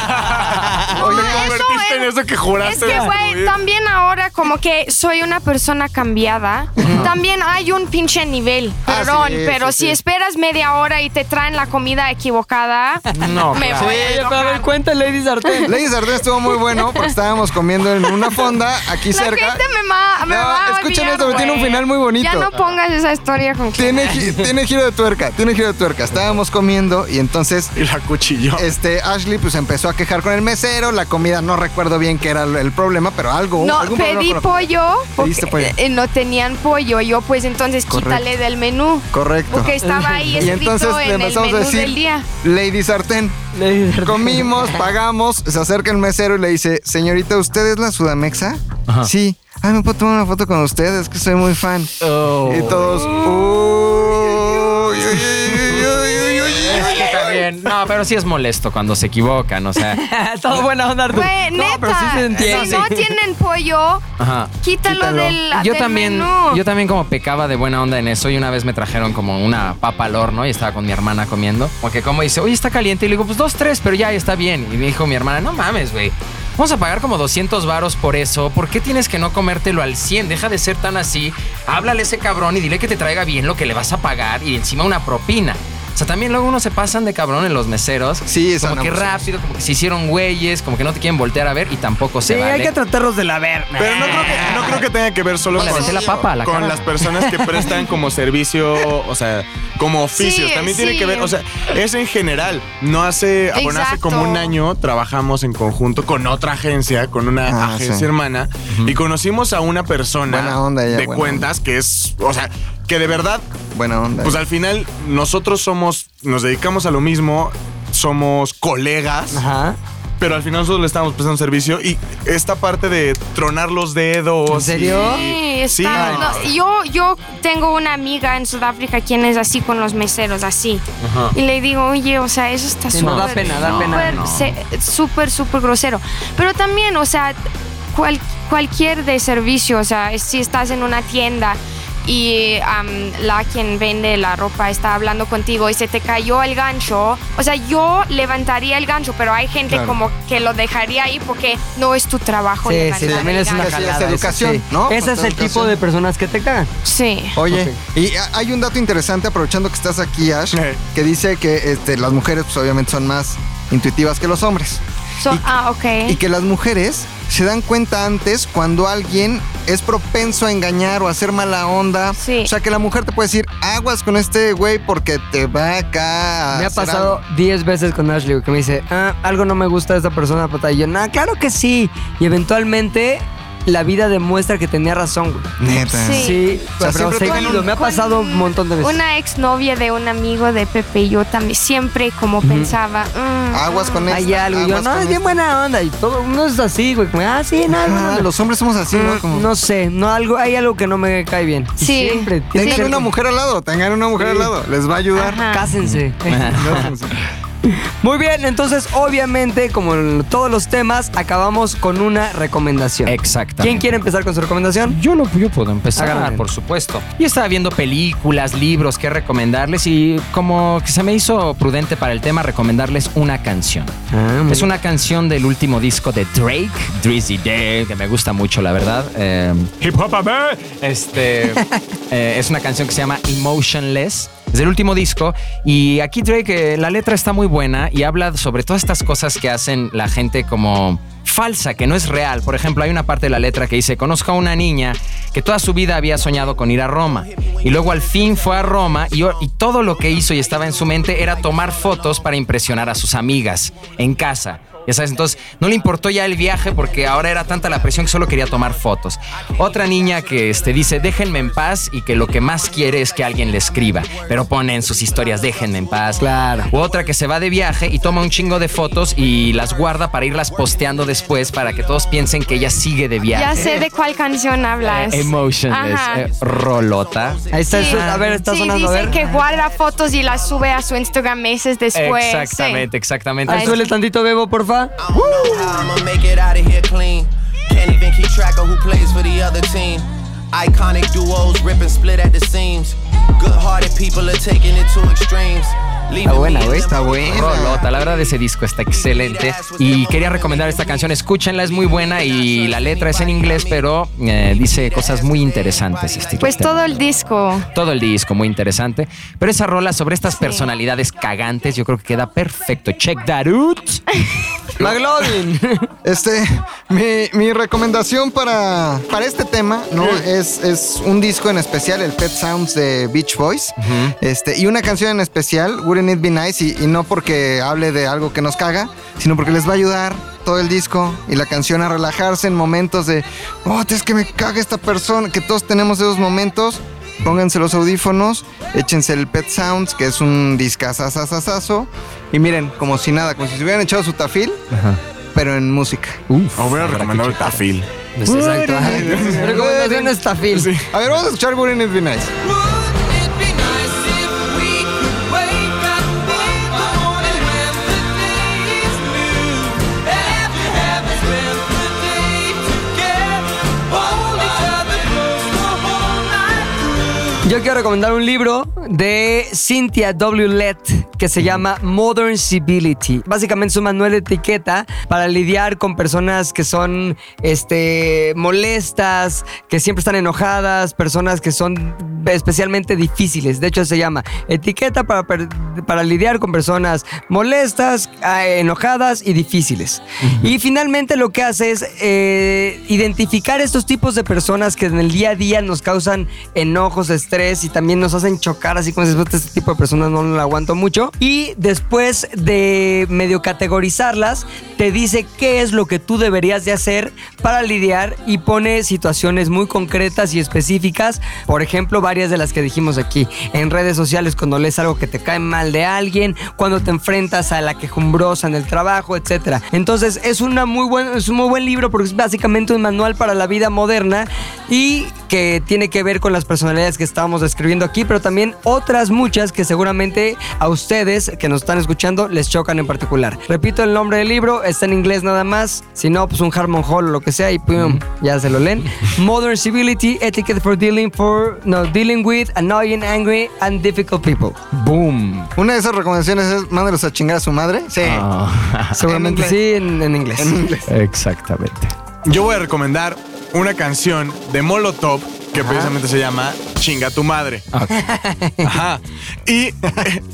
odia. No, Oye, eso convertiste en es- eso que juraste. Es que, güey, destruir. también ahora como que soy una persona cambiada. También hay un pinche nivel. Ah, Perdón, sí, pero sí, si sí. esperas media hora y te traen la comida equivocada, No, me voy a Oye, pero a ver, enojar. cuenta Lady Sartén. Lady Sartén estuvo muy bueno porque estábamos comiendo en una fonda aquí La cerca. gente me, ma- me No, va a escuchen odiar, esto, pero tiene un güey. final muy bonito. Ya no pongas esa historia con que... Tiene, gi- tiene giro de tuerca, tiene giro de tuerca. Estábamos comiendo y entonces Y [LAUGHS] la cuchilló. este Ashley pues empezó a quejar con el mesero, la comida no recuerdo bien qué era el- el problema, pero algo, No, algún problema pedí con la- pollo porque Pediste pollo. eh, no tenían pollo. Yo, pues, entonces Correcto. quítale del menú. Correcto. Porque estaba ahí Y escrito entonces le en el empezamos menú a decir, del día. Lady Sartén, Lady Sartén. comimos, pagamos, se acerca el mesero y le dice, señorita, ¿usted es la sudamexa? Sí. Ay, ¿me puedo tomar una foto con ustedes? Que soy muy fan. Oh. Y todos, "Uy, uy, uy, uy, uy, uy, uy". Es que también. No, pero sí es molesto cuando se equivocan, o sea. [LAUGHS] Todo buena onda, Arturo. Güey, no, neta, pero sí se entiende. si no tienen pollo, Ajá. quítalo, Quítalo. del, Yo del también, menú. yo también como pecaba de buena onda en eso y una vez me trajeron como una papa al horno y estaba con mi hermana comiendo. Porque como dice, oye, está caliente. Y le digo, pues dos, tres, pero ya está bien. Y me dijo mi hermana, no mames, güey. Vamos a pagar como 200 varos por eso. ¿Por qué tienes que no comértelo al 100? Deja de ser tan así. Háblale a ese cabrón y dile que te traiga bien lo que le vas a pagar y encima una propina. O sea, también luego uno se pasan de cabrón en los meseros. Sí, esa Como no, que pues, rápido, como que se hicieron güeyes, como que no te quieren voltear a ver y tampoco Sí, se vale. hay que tratarlos de la ver. Pero no creo, que, no creo que tenga que ver solo Le aventé con, la papa a la con cara. las personas [LAUGHS] que prestan como servicio, o sea, como oficios. Sí, También tiene sí. que ver, o sea, es en general. No hace, bueno, hace Exacto. como un año trabajamos en conjunto con otra agencia, con una Ah, agencia sí. hermana, y conocimos a una persona Buena onda ella, de buena cuentas que es, o sea, que de verdad Buena onda. pues al final nosotros somos, nos dedicamos a lo mismo, somos colegas Ajá. pero al final nosotros le estábamos prestando servicio y esta parte de tronar los dedos. ¿En serio? y- Sí, está- no, no, yo, yo tengo una amiga en Sudáfrica quien es así con los meseros, así. Y le digo, oye, o sea, eso está Sí, no, da súper- pena, da pena. súper, se- súper, súper grosero. Pero también, o sea, cual- cualquier de servicio, o sea, si estás en una tienda y am, la quien vende la ropa está hablando contigo y se te cayó el gancho, o sea, yo levantaría el gancho, pero hay gente Claro. como que lo dejaría ahí porque no es tu trabajo. Sí, levantar sí, el también es una gancho. Sí, es jalada. eso educación, sí. ¿no? Ese es el Educación. tipo de personas que te cagan. Sí. Oye, y a- hay un dato interesante, aprovechando que estás aquí, Ash, Eh. que dice que este, las mujeres pues, obviamente son más intuitivas que los hombres. So- Y- ah, ok. Y que las mujeres se dan cuenta antes cuando alguien es propenso a engañar o a hacer mala onda. Sí. O sea, que la mujer te puede decir, aguas con este güey porque te va acá. a Me ha hacer pasado Ah, algo". 10 veces con Ashley que me dice, ah, algo no me gusta de esta persona, pata. Y yo, nah, claro que sí. Y eventualmente la vida demuestra que tenía razón, güey. Neta. Sí. Sí, O pero sea, siempre seguido, con un- me ha pasado un montón de veces. Una exnovia de un amigo de Pepe y yo también siempre como pensaba. mm, Ah, Aguas con Hay esta, algo, y yo, aguas no, con es bien esta". buena onda. Y todo, no es así, güey. Como, ah, sí, no, no, Ah, no, no. los hombres somos así, ¿no? Como- Mm, No sé, no algo, hay algo que no me cae bien. Y Sí. Siempre. tiene Tengan que- una mujer al lado, tengan una mujer al lado, les va a ayudar. Ajá. Cásense. Muy bien, entonces obviamente como en todos los temas acabamos con una recomendación. Exactamente. ¿Quién quiere empezar con su recomendación? Yo, lo, yo puedo empezar, Agárrate. Ah, por supuesto. Yo estaba viendo películas, libros que recomendarles y como que se me hizo prudente para el tema recomendarles una canción. Es una canción del último disco de Drake, Drizzy Dale, que me gusta mucho, la verdad. Eh, Hip Hop a ver. Este, [LAUGHS] eh, es una canción que se llama Emotionless. Es del último disco. Y aquí Drake, eh, la letra está muy buena y habla sobre todas estas cosas que hacen la gente como falsa, que no es real. Por ejemplo, hay una parte de la letra que dice, conozco a una niña que toda su vida había soñado con ir a Roma. Y luego al fin fue a Roma y, y todo lo que hizo y estaba en su mente era tomar fotos para impresionar a sus amigas en casa. Ya sabes, entonces no le importó ya el viaje porque ahora era tanta la presión que solo quería tomar fotos. Otra niña que este, dice, déjenme en paz y que lo que más quiere es que alguien le escriba, pero pone en sus historias, déjenme en paz. Claro. U otra que se va de viaje y toma un chingo de fotos y las guarda para irlas posteando después para que todos piensen que ella sigue de viaje. Ya sé de cuál canción hablas. Eh, Emotionless, Ajá. eh, rolota. Ahí está, eso- a ver, está sí, sonando, a dice ver. que guarda fotos y las sube a su Instagram meses después. Pues, sí. exactamente, exactamente. A ver, Ay, súbele tantito, Bebo, porfa. I don't know how I'ma make it out of here clean. Can't even keep track of who plays for the other team. Iconic duos rip and split at the seams. Good hearted people are taking it to extremes. Leaving me in limbo. Rolota, la verdad ese disco está excelente y quería recomendar esta canción, escúchenla, es muy buena y la letra es en inglés, pero eh, dice cosas muy interesantes. Este Pues tema. todo el disco. Todo el disco, muy interesante. Pero esa rola sobre estas personalidades cagantes, yo creo que queda perfecto. Check that out. McLovin. Este, mi, mi recomendación para, para este tema, ¿no? Es, es un disco en especial, el Pet Sounds de Beach Boys. Este, y una canción en especial, Wouldn't It Be Nice, y, y no porque hable de algo que nos caga, sino porque les va a ayudar todo el disco y la canción a relajarse en momentos de, oh, es que me caga esta persona, que todos tenemos esos momentos. Pónganse los audífonos, échense el Pet Sounds, que es un discazazazazazo. Y miren, como si nada, como si se hubieran echado su tafil, pero en música. No hubiera recomendado el tafil. Exacto. [LAUGHS] Recomendación estafil. A ver, vamos a escuchar Wouldn't It Be Nice. Yo quiero recomendar un libro de Cynthia W. Lett que se llama Modern Civility. Básicamente es un manual de etiqueta para lidiar con personas que son este, molestas, que siempre están enojadas, personas que son especialmente difíciles. De hecho, se llama Etiqueta para, per- para lidiar con personas molestas, ah, enojadas y difíciles. Y finalmente lo que hace es eh, identificar estos tipos de personas que en el día a día nos causan enojos, estrés y también nos hacen chocar así como dices, "Puta, este tipo de personas no lo aguanto mucho. Y después de medio categorizarlas, te dice qué es lo que tú deberías de hacer para lidiar y pone situaciones muy concretas y específicas, por ejemplo, varias de las que dijimos aquí, en redes sociales cuando lees algo que te cae mal de alguien, cuando te enfrentas a la quejumbrosa en el trabajo, etcétera. Entonces, es una muy buen es un muy buen libro porque es básicamente un manual para la vida moderna y que tiene que ver con las personalidades que estábamos describiendo aquí, pero también otras muchas que seguramente a ustedes que nos están escuchando les chocan en particular. Repito el nombre del libro, está en inglés nada más, si no, pues un Harmon Hall o lo que sea y pum, ya se lo [LAUGHS] leen. Modern Civility, Etiquette for Dealing for no, Dealing with Annoying, Angry and Difficult People. [LAUGHS] Boom. Una de esas recomendaciones es mándalos a chingar a su madre. Sí. [LAUGHS] Ah. Seguramente sí, en, en inglés. En inglés. Exactamente. Yo voy a recomendar una canción de Molotov que precisamente se llama Chinga tu madre. [LAUGHS] Ajá. Y eh,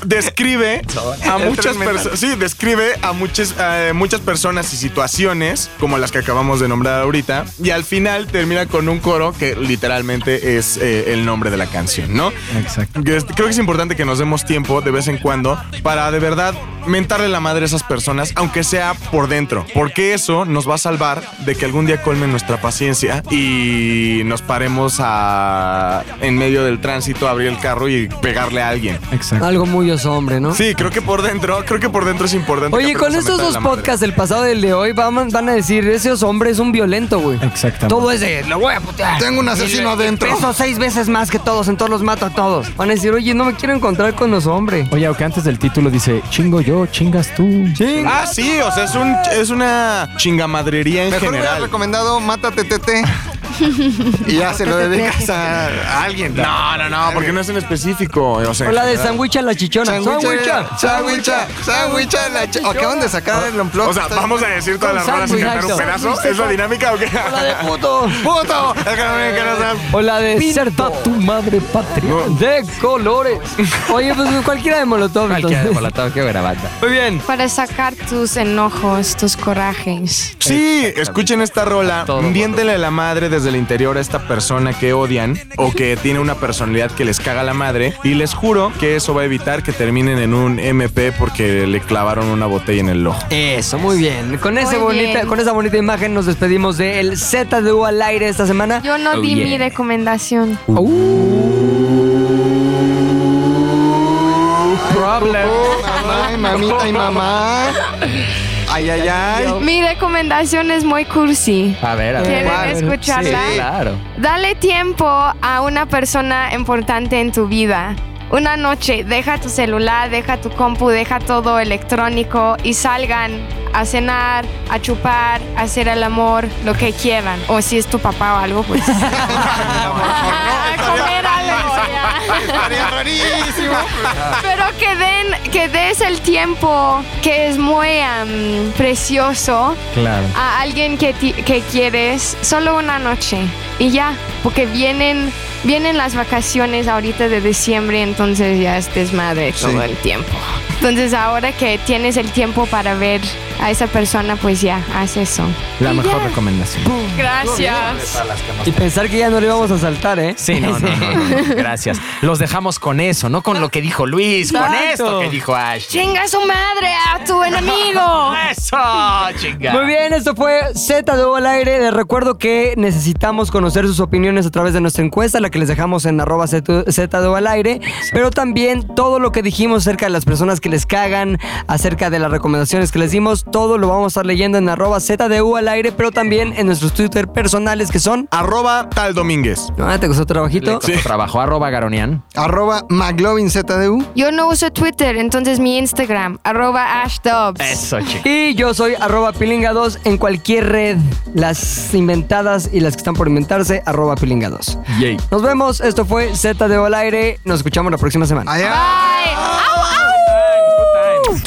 describe a muchas personas. Sí, describe a muchas, a muchas personas y situaciones como las que acabamos de nombrar ahorita. Y al final termina con un coro que literalmente es eh, el nombre de la canción, ¿no? Exacto. Que es- Creo que es importante que nos demos tiempo de vez en cuando para de verdad mentarle la madre a esas personas, aunque sea por dentro, porque eso nos va a salvar de que algún día colmen nuestra paciencia y nos paremos a en medio del tránsito, abrir el carro y pegarle a alguien. Exacto. Algo muy oso hombre, ¿no? Sí, creo que por dentro, creo que por dentro es importante. Oye, que con aprendamos a estos mentarle dos la madre. podcasts del pasado y del de hoy, vamos, van a decir, esos hombres es un violento, güey. Exactamente. Todo es Eh, de, lo voy a putear. Tengo un asesino adentro. Peso seis veces más que todos, entonces los mato a todos. Van a decir, oye, no me quiero encontrar con los hombres. Oye, aunque antes del título dice, chingo yo, chingas tú. Ah, sí, o sea, es, un, es una chingamadrería en Mejor me hubieras general. recomendado Mátate Tete. y ya se lo dedicas a, a alguien. No, no, no, porque no es en específico. O sea, O la de sandwicha la chichona. Sandwicha, sandwicha, sandwicha, la ch- Acaban de sacar el unplug. O sea, vamos a decir todas Con las rolas y sándwich, cantar un exacto. pedazo. ¿Es la dinámica o qué? O la de puto. [LAUGHS] ¡Puto! Es que no me- que no sea- O la de Serta tu madre patria No. de colores. Oye, pues cualquiera de Molotov. Cualquiera de [LAUGHS] entonces. Molotov, qué buena banda. Muy bien. Para sacar tus enojos, tus corajes. Sí, escuchen esta rola. Todo Miéntenle la madre desde el interior a esta persona que odian o que tiene una personalidad que les caga la madre. Y les juro que eso va a evitar que terminen en un MP porque le clavaron una botella en el ojo. Eso, muy bien. Con, ese Muy bonita, bien. con esa bonita imagen nos despedimos del ZDU al aire esta semana. Yo no Oh, di mi yeah. recomendación. problem. Mamá, y mamita y mamá. Ay, ay, ay. Mi recomendación es muy cursi. A ver, a ver. ¿Quieren Claro, escucharla? Sí, claro. Dale tiempo a una persona importante en tu vida. Una noche, deja tu celular, deja tu compu, deja todo electrónico y salgan a cenar, a chupar, a hacer el amor, lo que quieran. O si es tu papá o algo, pues. a comer algo, ya. Estaría rarísimo. Pero que den, que des el tiempo que es muy am, precioso Claro. a alguien que, ti- que quieres solo una noche y ya, porque vienen, vienen las vacaciones ahorita de diciembre, entonces ya es desmadre todo el tiempo. Entonces ahora que tienes el tiempo para ver a esa persona, pues ya, haz eso. La Y mejor ya. recomendación. Gracias. Y pensar que ya no le íbamos a saltar, ¿eh? Sí, no, no, no, no, no, Gracias. Los dejamos con eso, no con lo que dijo Luis, con Exacto. esto que dijo Ash. Chinga a su madre a [LAUGHS] tu enemigo. Eso, chinga. Muy bien, esto fue ZDU al aire. Les recuerdo que necesitamos conocer sus opiniones a través de nuestra encuesta, la que les dejamos en arroba ZDU al aire, pero también todo lo que dijimos acerca de las personas que les cagan, acerca de las recomendaciones que les dimos, todo lo vamos a estar leyendo en arroba ZDU al aire, pero también en nuestros Twitter personales que son... Arroba tal Domínguez. Ah, ¿Te costó trabajito? Su trabajo, arroba garonian. Arroba McLovinZDU. Yo no uso Twitter, entonces mi Instagram, arroba ashdubs. Eso, chinga. Y yo soy arroba pilinga2 en cualquier red, las inventadas y las que están por inventarse, arroba pilinga2. Yay. Nos vemos, esto fue Z de al aire, nos escuchamos la próxima semana. Allá. Bye. Au,